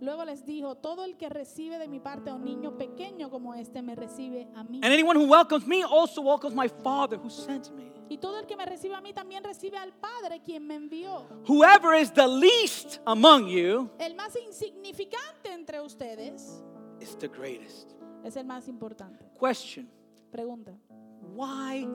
S2: Luego les dijo, todo el que recibe de mi parte a un niño pequeño como este me recibe a mí.
S1: And anyone who welcomes me also welcomes my Father who sent me.
S2: Y todo el que me recibe a mí también recibe al Padre quien me envió.
S1: Whoever is the least among you
S2: El más insignificante entre ustedes
S1: is the greatest.
S2: es el más importante.
S1: Question
S2: Pregunta,
S1: Why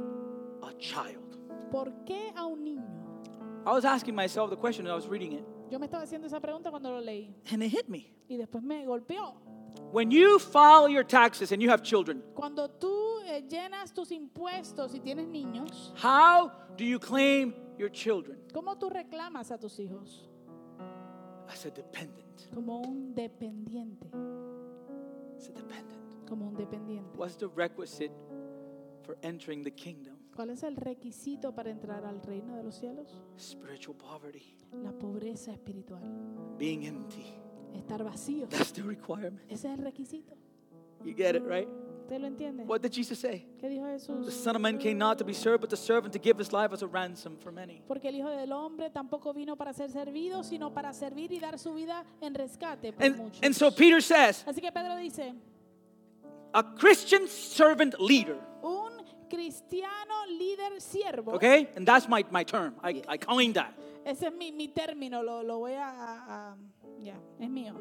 S1: a child?
S2: ¿por qué a un niño?
S1: I was asking myself the question and I was reading it,
S2: Yo me estaba haciendo esa pregunta cuando lo leí
S1: and it hit me.
S2: y después me golpeó.
S1: When you file your taxes and you have children,
S2: Cuando tú eh, llenas tus impuestos y tienes niños,
S1: how do you claim your children?
S2: ¿cómo tú reclamas a tus hijos?
S1: As a dependent.
S2: Como un dependiente,
S1: As a dependent.
S2: como un dependiente.
S1: What's the requisite for entering the kingdom?
S2: ¿Cuál es el requisito para entrar al reino de los cielos?
S1: Spiritual poverty,
S2: La pobreza espiritual,
S1: being empty,
S2: estar vacíos.
S1: That's the requirement.
S2: Ese es el requisito.
S1: You get it, right?
S2: ¿Usted lo entiende?
S1: What did Jesus say?
S2: ¿Qué dijo
S1: The
S2: Jesús?
S1: Son of Man came not to be served, but to serve and to give his life as a ransom for many.
S2: Porque el Hijo del Hombre tampoco vino para ser servido, sino para servir y dar su vida en rescate por
S1: And,
S2: muchos.
S1: and so Peter says,
S2: Así que Pedro dice,
S1: a Christian servant leader.
S2: un cristiano líder siervo.
S1: Okay? And that's my, my term. I, I coined that.
S2: Ese es mi, mi término, lo, lo voy a... a- a- ya, es mío.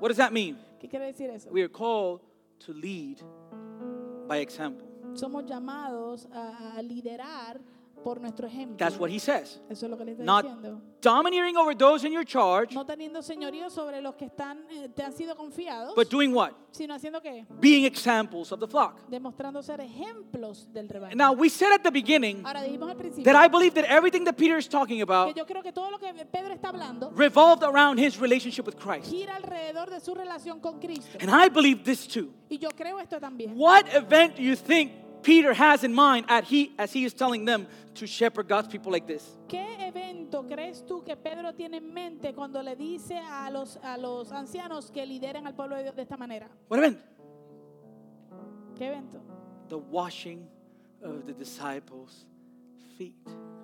S1: What does that mean?
S2: ¿Qué quiere decir eso?
S1: We are called to lead by example.
S2: Somos llamados a, a liderar por nuestro ejemplo.
S1: That's what he says.
S2: eso es lo que le está diciendo.
S1: Not domineering over those in your charge,
S2: No teniendo señorío sobre los que están, eh, te han sido confiados,
S1: but doing what?
S2: sino haciendo qué?
S1: Being examples of the flock.
S2: Demostrando ser ejemplos del rebaño.
S1: Now, we said at the beginning
S2: Ahora dijimos al principio
S1: that I believe that everything that Peter is talking
S2: que
S1: about
S2: yo creo que todo lo que Pedro está hablando
S1: revolved around his relationship with Christ.
S2: gira alrededor de su relación con Cristo.
S1: And I believe this too.
S2: Y yo creo esto también.
S1: What event do you think Peter has in mind at he, as he is telling them to shepherd God's people like this?
S2: ¿Qué evento crees tú que Pedro tiene en mente cuando le dice a los, a los ancianos que lideren al pueblo de Dios de esta manera?
S1: What event?
S2: ¿Qué evento?
S1: The washing of the disciples' feet.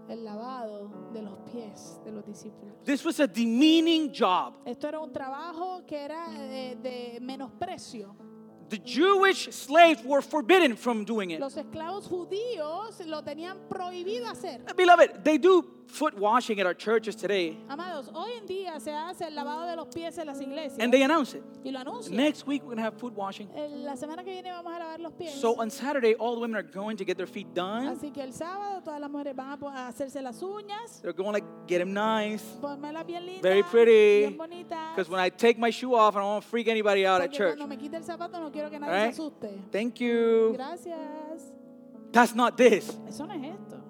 S2: El lavado de los pies de los discípulos.
S1: This was a demeaning job.
S2: Esto era un trabajo que era de, de menosprecio.
S1: The Jewish slaves were forbidden from doing it.
S2: Los esclavos judíos lo tenían prohibido hacer.
S1: Beloved, they do foot washing at our churches today,
S2: Amados, hoy en día se hace el lavado de los pies en las iglesias
S1: and they announce it.
S2: y lo anuncian.
S1: Next week, we're going to have foot washing.
S2: Eh, La semana que viene vamos a lavar los pies.
S1: So on Saturday, all the women are going to get their feet done.
S2: Así que el sábado todas las mujeres van a po- a hacerse las uñas,
S1: They're going to get them nice.
S2: ponérmelas bien lindas,
S1: Very pretty.
S2: bien bonitas.
S1: Because when I take my shoe off, I don't want to freak anybody out at
S2: porque
S1: church.
S2: cuando me quite el zapato no quiero que nadie
S1: Alright?
S2: se asuste.
S1: Thank you.
S2: Gracias.
S1: That's not this.
S2: Eso no es esto.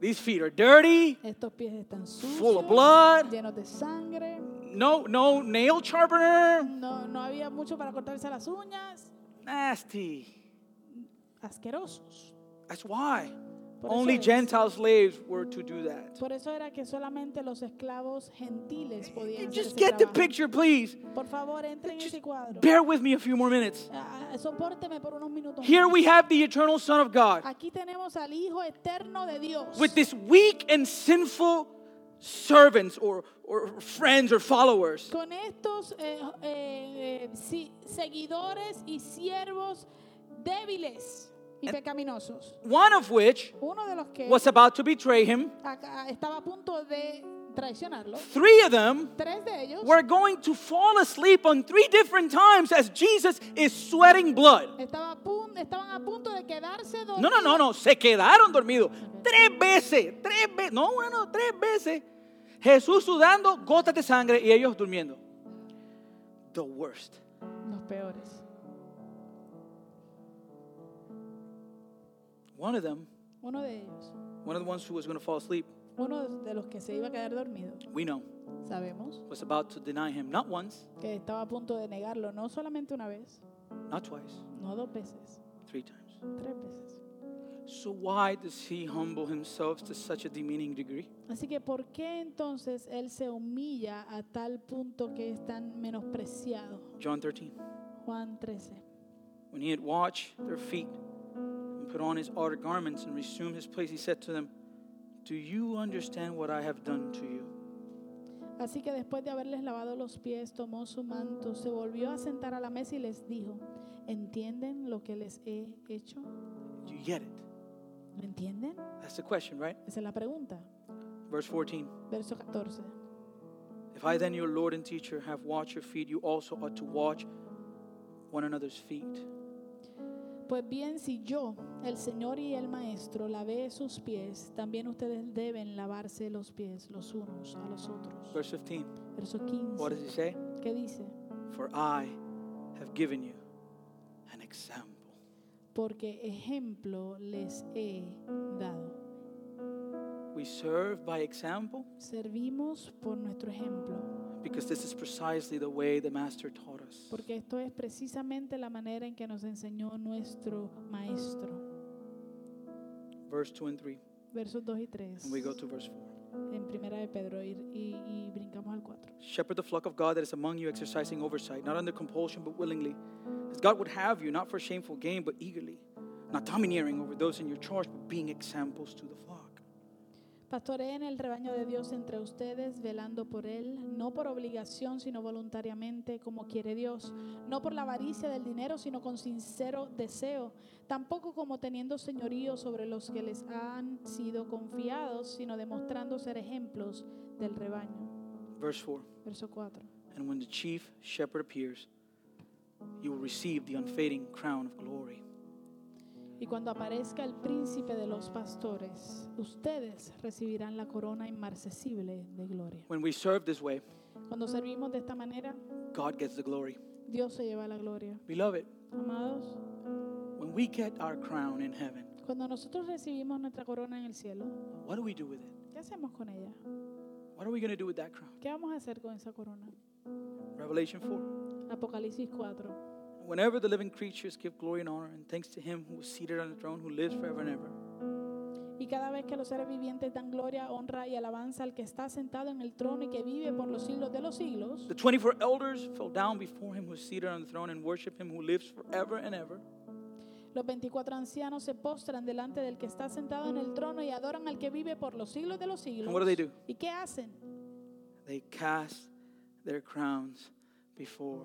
S1: These feet are dirty.
S2: Estos pies están sucios,
S1: Full of blood.
S2: llenos de sangre.
S1: No, no nail sharpener.
S2: No, no había mucho para cortarse las uñas.
S1: Nasty.
S2: Asquerosos.
S1: That's why
S2: Por eso
S1: only
S2: es.
S1: Gentile slaves were to do that.
S2: Por eso era que solamente los esclavos gentiles podían
S1: You
S2: hacer
S1: just
S2: ese
S1: get the
S2: trabajo.
S1: picture, please.
S2: Por favor, entren en
S1: Just
S2: ese cuadro.
S1: Bear with me a few more minutes.
S2: Ah, ah, Sopórteme por unos minutos.
S1: Here
S2: más.
S1: we have the eternal Son of God
S2: Aquí tenemos al Hijo Eterno de Dios.
S1: with this weak and sinful servants or, or friends or followers.
S2: con estos eh, eh, eh, sí, seguidores y siervos débiles y pecaminosos.
S1: One of which
S2: Uno de los que
S1: was about to betray him.
S2: acá estaba a punto de traicionarlo.
S1: Three of them
S2: Tres de ellos
S1: We're going to fall asleep on three different times as Jesus is sweating blood.
S2: estaba a pun- estaban a punto de quedarse
S1: No, no, no, no, se quedaron dormidos. Tres veces, tres veces, no, bueno, tres veces. Jesús sudando gotas de sangre y ellos durmiendo. The worst.
S2: Los peores.
S1: One of them,
S2: Uno de ellos.
S1: one of the ones who was going to fall asleep,
S2: Uno de los que se iba a quedar dormido.
S1: we know,
S2: Sabemos
S1: was about to deny him not once,
S2: que estaba a punto de negarlo no solamente una vez,
S1: not twice,
S2: no dos veces,
S1: three times.
S2: tres veces.
S1: So why does he humble himself to such a demeaning degree?
S2: Así que ¿por qué entonces él se humilla a tal punto que es tan menospreciado?
S1: John 13.
S2: Juan 13.
S1: When he had washed their feet and put on his outer garments and resumed his place, he said to them, Do you understand what I have done to you?
S2: Así que después de haberles lavado los pies, tomó su manto, se volvió a sentar a la mesa y les dijo, ¿entienden lo que les he hecho?
S1: Do you get it?
S2: ¿Lo entienden?
S1: That's the question, right?
S2: Esa es la pregunta.
S1: Verse 14.
S2: Verso 14.
S1: If I then, your Lord and teacher, have washed your feet, you also ought to wash one another's feet.
S2: Pues bien, si yo, el Señor y el Maestro, lavé sus pies, también ustedes deben lavarse los pies los unos a los otros.
S1: Verse 15.
S2: Verso
S1: What
S2: 15.
S1: does he say?
S2: ¿Qué dice?
S1: For I have given you an example.
S2: Porque ejemplo les he dado.
S1: We serve by example
S2: Servimos por nuestro ejemplo,
S1: because this is precisely the way the Master taught us.
S2: porque esto es precisamente la manera en que nos enseñó nuestro Maestro.
S1: Verse 2 and 3.
S2: Versos 2 y 3.
S1: And we go to verse 4.
S2: En primera de Pedro y, y- y brincamos al 4.
S1: Shepherd the flock of God that is among you, exercising oversight, not under compulsion, but willingly. As God would have you, not for shameful gain, but eagerly. Not domineering over those in your charge, but being examples to the flock.
S2: Pastoreen el rebaño de Dios entre ustedes, velando por él, no por obligación, sino voluntariamente, como quiere Dios, no por la avaricia del dinero, sino con sincero deseo, tampoco como teniendo señorío sobre los que les han sido confiados, sino demostrando ser ejemplos del rebaño.
S1: Verse 4
S2: Verso 4.
S1: And when the chief shepherd appears, you will receive the unfading crown of glory.
S2: Y cuando aparezca el príncipe de los pastores, ustedes recibirán la corona inmarcesible de gloria.
S1: When we serve this way,
S2: Cuando servimos de esta manera,
S1: God gets the glory.
S2: Dios se lleva la gloria.
S1: Beloved,
S2: Amados,
S1: when we get our crown in heaven,
S2: cuando nosotros recibimos nuestra corona en el cielo,
S1: what do we do with it?
S2: ¿qué hacemos con ella?
S1: What are we going to do with that crown?
S2: ¿Qué vamos a hacer con esa corona?
S1: Revelation 4.
S2: Apocalipsis 4.
S1: Whenever the living creatures give glory and honor and thanks to him who is seated on the throne, who lives forever and ever.
S2: Y cada vez que los seres vivientes dan gloria, honra y alabanza al que está sentado en el trono y que vive por los siglos de los siglos,
S1: The 24 elders fell down before him who is seated on the throne and worship him who lives forever and ever.
S2: Los 24 ancianos se postran delante del que está sentado en el trono y adoran al que vive por los siglos de los siglos.
S1: And what do they do?
S2: ¿Y qué hacen?
S1: They cast their crowns before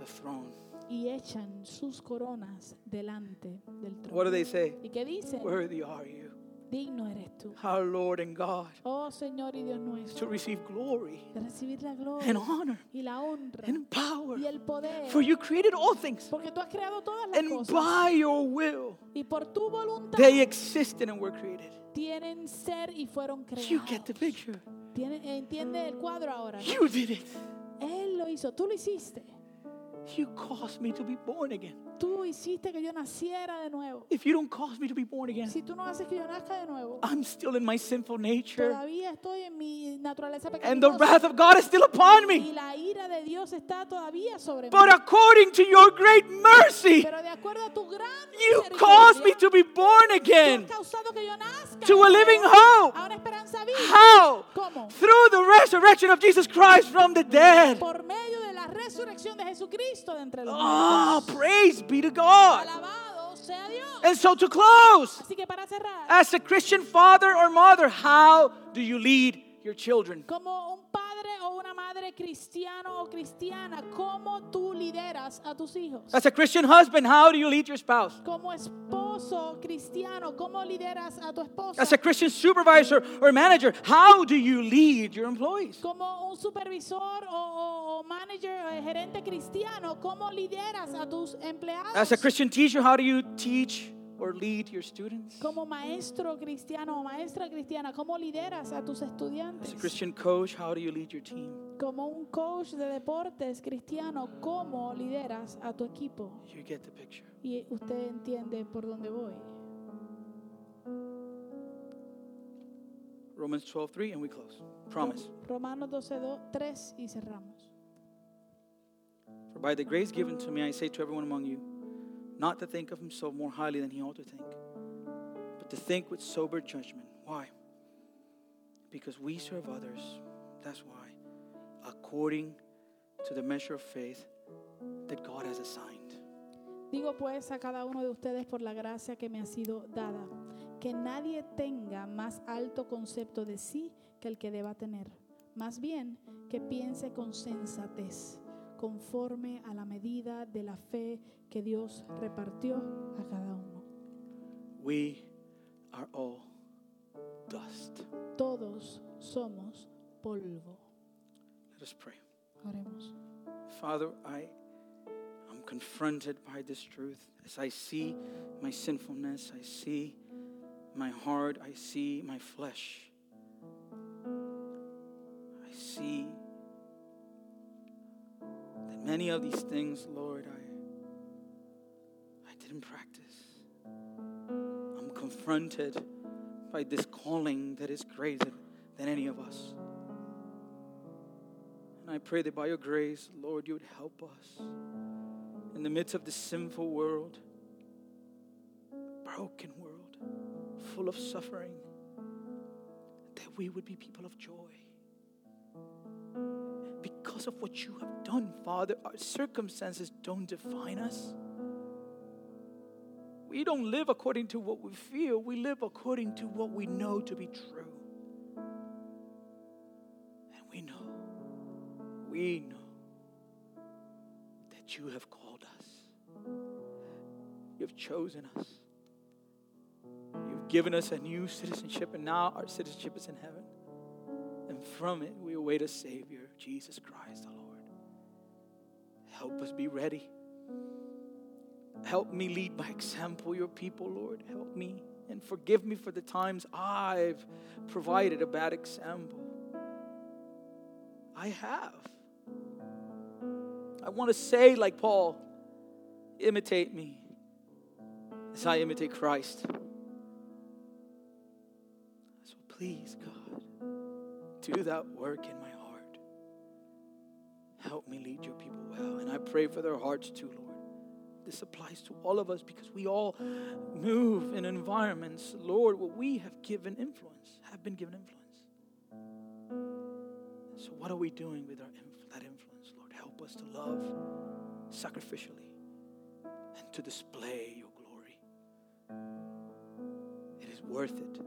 S1: the throne.
S2: Y echan sus coronas delante del
S1: What do
S2: trono.
S1: they say?
S2: ¿Y qué dicen?
S1: Worthy are you,
S2: Digno eres tú,
S1: our Lord and God,
S2: oh Señor y Dios
S1: to
S2: nuestro,
S1: receive glory
S2: de recibir la
S1: and
S2: gloria
S1: honor
S2: y la honra
S1: and power.
S2: y el poder.
S1: For you created all things,
S2: Porque tú has creado todas las
S1: and
S2: cosas.
S1: by your will,
S2: Y por tu voluntad
S1: they existed and were created.
S2: tienen ser y fueron
S1: You get the
S2: creados.
S1: picture.
S2: Tiene- Entiende el cuadro ahora.
S1: You did it.
S2: Él lo hizo, tú lo hiciste.
S1: You caused me to be born again.
S2: Tú hiciste que yo naciera de nuevo.
S1: If you don't cause me to be born again,
S2: Si tú no haces que yo nazca de nuevo,
S1: I'm still in my sinful nature,
S2: todavía estoy en mi naturaleza
S1: and the
S2: pecaminosa
S1: wrath of God is still upon
S2: y
S1: me.
S2: la ira de Dios está todavía sobre mí.
S1: But according to your great mercy,
S2: Pero de acuerdo a tu gran
S1: you caused me
S2: misericordia,
S1: to be born
S2: tú has
S1: again
S2: causado que yo nazca
S1: to a living
S2: a
S1: hope.
S2: una esperanza viva
S1: How?
S2: ¿Cómo?
S1: Through the resurrection of Jesus Christ from the dead.
S2: por medio de la resurrección de Jesucristo de entre los
S1: Oh, Eh.
S2: muertos.
S1: praise be to God.
S2: Alabado sea Dios.
S1: And so to close,
S2: Así que para cerrar,
S1: as a Christian father or mother, how do you lead your children?
S2: como un padre o una madre cristiano o cristiana, ¿cómo tú lideras a tus hijos?
S1: As a Christian husband, how do you lead your spouse?
S2: Como esposo cristiano, ¿cómo lideras a tu esposa?
S1: As a Christian supervisor or manager, how do you lead your employees?
S2: Como un supervisor o, o- o manager o gerente cristiano, ¿cómo lideras a tus
S1: As a
S2: empleados?
S1: Christian teacher, how do you teach or lead your students?
S2: Como maestro cristiano o maestra cristiana, ¿cómo lideras a tus
S1: As a
S2: estudiantes?
S1: Christian coach, how do you lead your team?
S2: Como un coach de deportes cristiano, ¿cómo lideras a tu equipo?
S1: You get the picture.
S2: Y usted entiende por dónde voy.
S1: Romans 12:3 and we close. Promise.
S2: Romanos 12, 3 y cerramos.
S1: For by the grace given to me, I say to everyone among you, not to think of himself more highly than he ought to think, but to think with sober judgment. Why? Because we serve others. That's why. According to the measure of faith that God has assigned.
S2: Digo pues a cada uno de ustedes por la gracia que me ha sido dada, que nadie tenga más alto concepto de sí que el que deba tener, más bien que piense con sensatez, conforme a la medida de la fe que Dios repartió a cada uno.
S1: We are all dust.
S2: Todos somos polvo.
S1: Let us pray.
S2: Oremos.
S1: Father, I am confronted by this truth. As I see my sinfulness, I see my heart, I see my flesh. I see that many of these things, Lord, I I didn't practice. I'm confronted by this calling that is greater than any of us. And I pray that by your grace, Lord, you would help us in the midst of this sinful world, broken world, full of suffering, that we would be people of joy. because of what you have done, Father, our circumstances don't define us. We don't live according to what we feel, we live according to what we know to be true. And we know, we know that you have called us, you've chosen us, you've given us a new citizenship, and now our citizenship is in heaven. And from it, we await a Savior, Jesus Christ the Lord. Help us be ready. Help me lead by example your people, Lord. Help me and forgive me for the times I've provided a bad example. I have. I want to say, like Paul, imitate me as I imitate Christ. So please, God, do that work in my heart. Help me lead your people well. And I pray for their hearts too, Lord this applies to all of us because we all move in environments, Lord, where we have given influence, have been given influence. So, what are we doing with our, that influence, Lord? Help us to love sacrificially and to display your glory. It is worth it.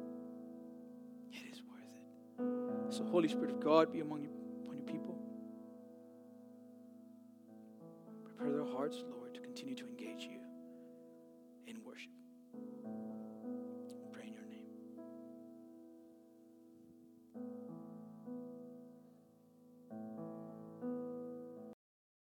S1: It is worth it. So, Holy Spirit of God, be among you, upon your people. Prepare their hearts, Lord continue to engage you in worship.